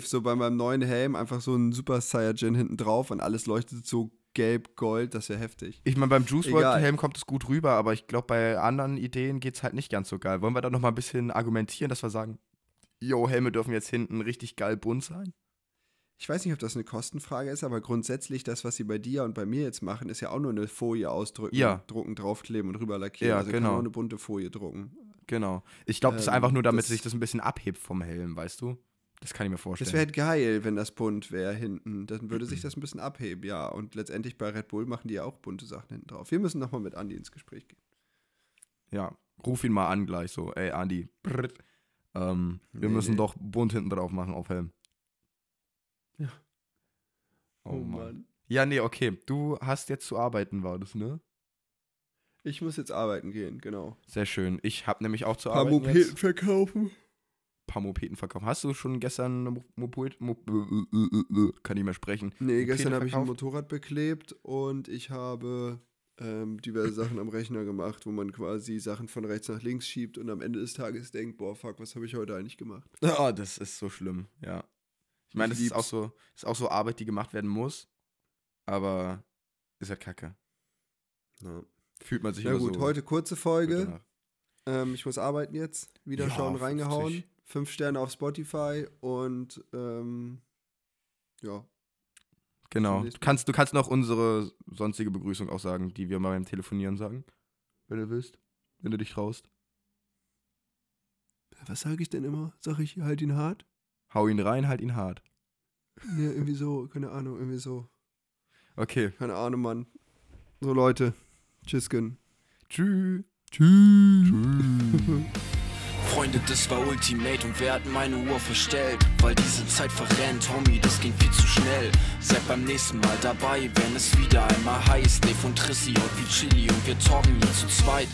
[SPEAKER 2] safe. So bei meinem neuen Helm einfach so ein Super Saiyajin hinten drauf und alles leuchtet so gelb-gold, das wäre heftig.
[SPEAKER 3] Ich meine, beim Juice
[SPEAKER 2] Egal.
[SPEAKER 3] World Helm kommt es gut rüber, aber ich glaube, bei anderen Ideen geht es halt nicht ganz so geil. Wollen wir da noch mal ein bisschen argumentieren, dass wir sagen, yo, Helme dürfen jetzt hinten richtig geil bunt sein?
[SPEAKER 2] Ich weiß nicht, ob das eine Kostenfrage ist, aber grundsätzlich das, was sie bei dir und bei mir jetzt machen, ist ja auch nur eine Folie ausdrücken,
[SPEAKER 3] Ja.
[SPEAKER 2] drucken, draufkleben und rüberlackieren.
[SPEAKER 3] Ja,
[SPEAKER 2] also kann
[SPEAKER 3] genau.
[SPEAKER 2] man auch eine bunte Folie drucken.
[SPEAKER 3] Genau. Ich glaube, das ist
[SPEAKER 2] Ähm,
[SPEAKER 3] einfach nur, damit
[SPEAKER 2] das-
[SPEAKER 3] sich das ein bisschen abhebt vom Helm, weißt du? Das kann ich mir vorstellen.
[SPEAKER 2] Das wäre halt geil, wenn das bunt wäre hinten. Dann würde sich das ein bisschen abheben, ja. Und letztendlich bei Red Bull machen die ja auch bunte Sachen hinten drauf. Wir müssen nochmal mit Andi ins Gespräch gehen.
[SPEAKER 3] ja, ruf ihn mal an gleich so. Ey, Andi. brrrt. Ähm, wir
[SPEAKER 2] Nee,
[SPEAKER 3] müssen
[SPEAKER 2] nee.
[SPEAKER 3] doch bunt hinten drauf machen auf Helm.
[SPEAKER 2] Ja.
[SPEAKER 3] Oh, Mann. Ja, nee, okay. Du hast jetzt zu arbeiten, war das, ne?
[SPEAKER 2] Ich muss jetzt arbeiten gehen, genau.
[SPEAKER 3] Sehr schön. Ich habe nämlich auch zu
[SPEAKER 2] Paar
[SPEAKER 3] arbeiten.
[SPEAKER 2] Mopeten
[SPEAKER 3] Jetzt.
[SPEAKER 2] verkaufen.
[SPEAKER 3] Paar Mopeten verkauft. Hast du schon gestern eine Moped? Mop äh, äh, äh, äh, kann nicht mehr sprechen.
[SPEAKER 2] Nee,
[SPEAKER 3] Mopede
[SPEAKER 2] gestern habe ich ein
[SPEAKER 3] verkauft?
[SPEAKER 2] Motorrad beklebt und ich habe ähm, diverse Sachen am Rechner gemacht, wo man quasi Sachen von rechts nach links schiebt und am Ende des Tages denkt, boah, fuck, was habe ich heute eigentlich gemacht?
[SPEAKER 3] Oh, das ist so schlimm, ja. Ich meine,
[SPEAKER 2] Ich
[SPEAKER 3] das ist
[SPEAKER 2] lieb's.
[SPEAKER 3] auch, so, ist auch so Arbeit, die gemacht werden muss, aber ist halt kacke.
[SPEAKER 2] Na,
[SPEAKER 3] Fühlt man sich
[SPEAKER 2] Na
[SPEAKER 3] immer
[SPEAKER 2] gut,
[SPEAKER 3] so
[SPEAKER 2] heute kurze Folge.
[SPEAKER 3] danach.
[SPEAKER 2] Ähm, ich muss arbeiten jetzt. Wieder
[SPEAKER 3] Ja,
[SPEAKER 2] schauen,
[SPEAKER 3] 50.
[SPEAKER 2] reingehauen. Fünf Sterne auf Spotify und ähm, ja,
[SPEAKER 3] Genau. Du
[SPEAKER 2] nächsten
[SPEAKER 3] kannst, du kannst noch unsere sonstige Begrüßung auch sagen, die wir mal beim Telefonieren sagen. Wenn du willst. Wenn du dich traust.
[SPEAKER 2] Was sage ich denn immer? Sag ich halt ihn hart?
[SPEAKER 3] Hau ihn rein, halt ihn hart.
[SPEAKER 2] Ne, irgendwie so, keine Ahnung, irgendwie so.
[SPEAKER 3] Okay.
[SPEAKER 2] Keine Ahnung, Mann. So, Leute. Tschüssken.
[SPEAKER 3] Tschüss.
[SPEAKER 1] Freunde, das war Ultimate und wir hatten meine Uhr verstellt, weil diese Zeit verrennt, Homie, das ging viel zu schnell. Seid beim nächsten Mal dabei, wenn es wieder einmal heißt, Dave und Trissi und wie Chili und wir talken hier zu zweit.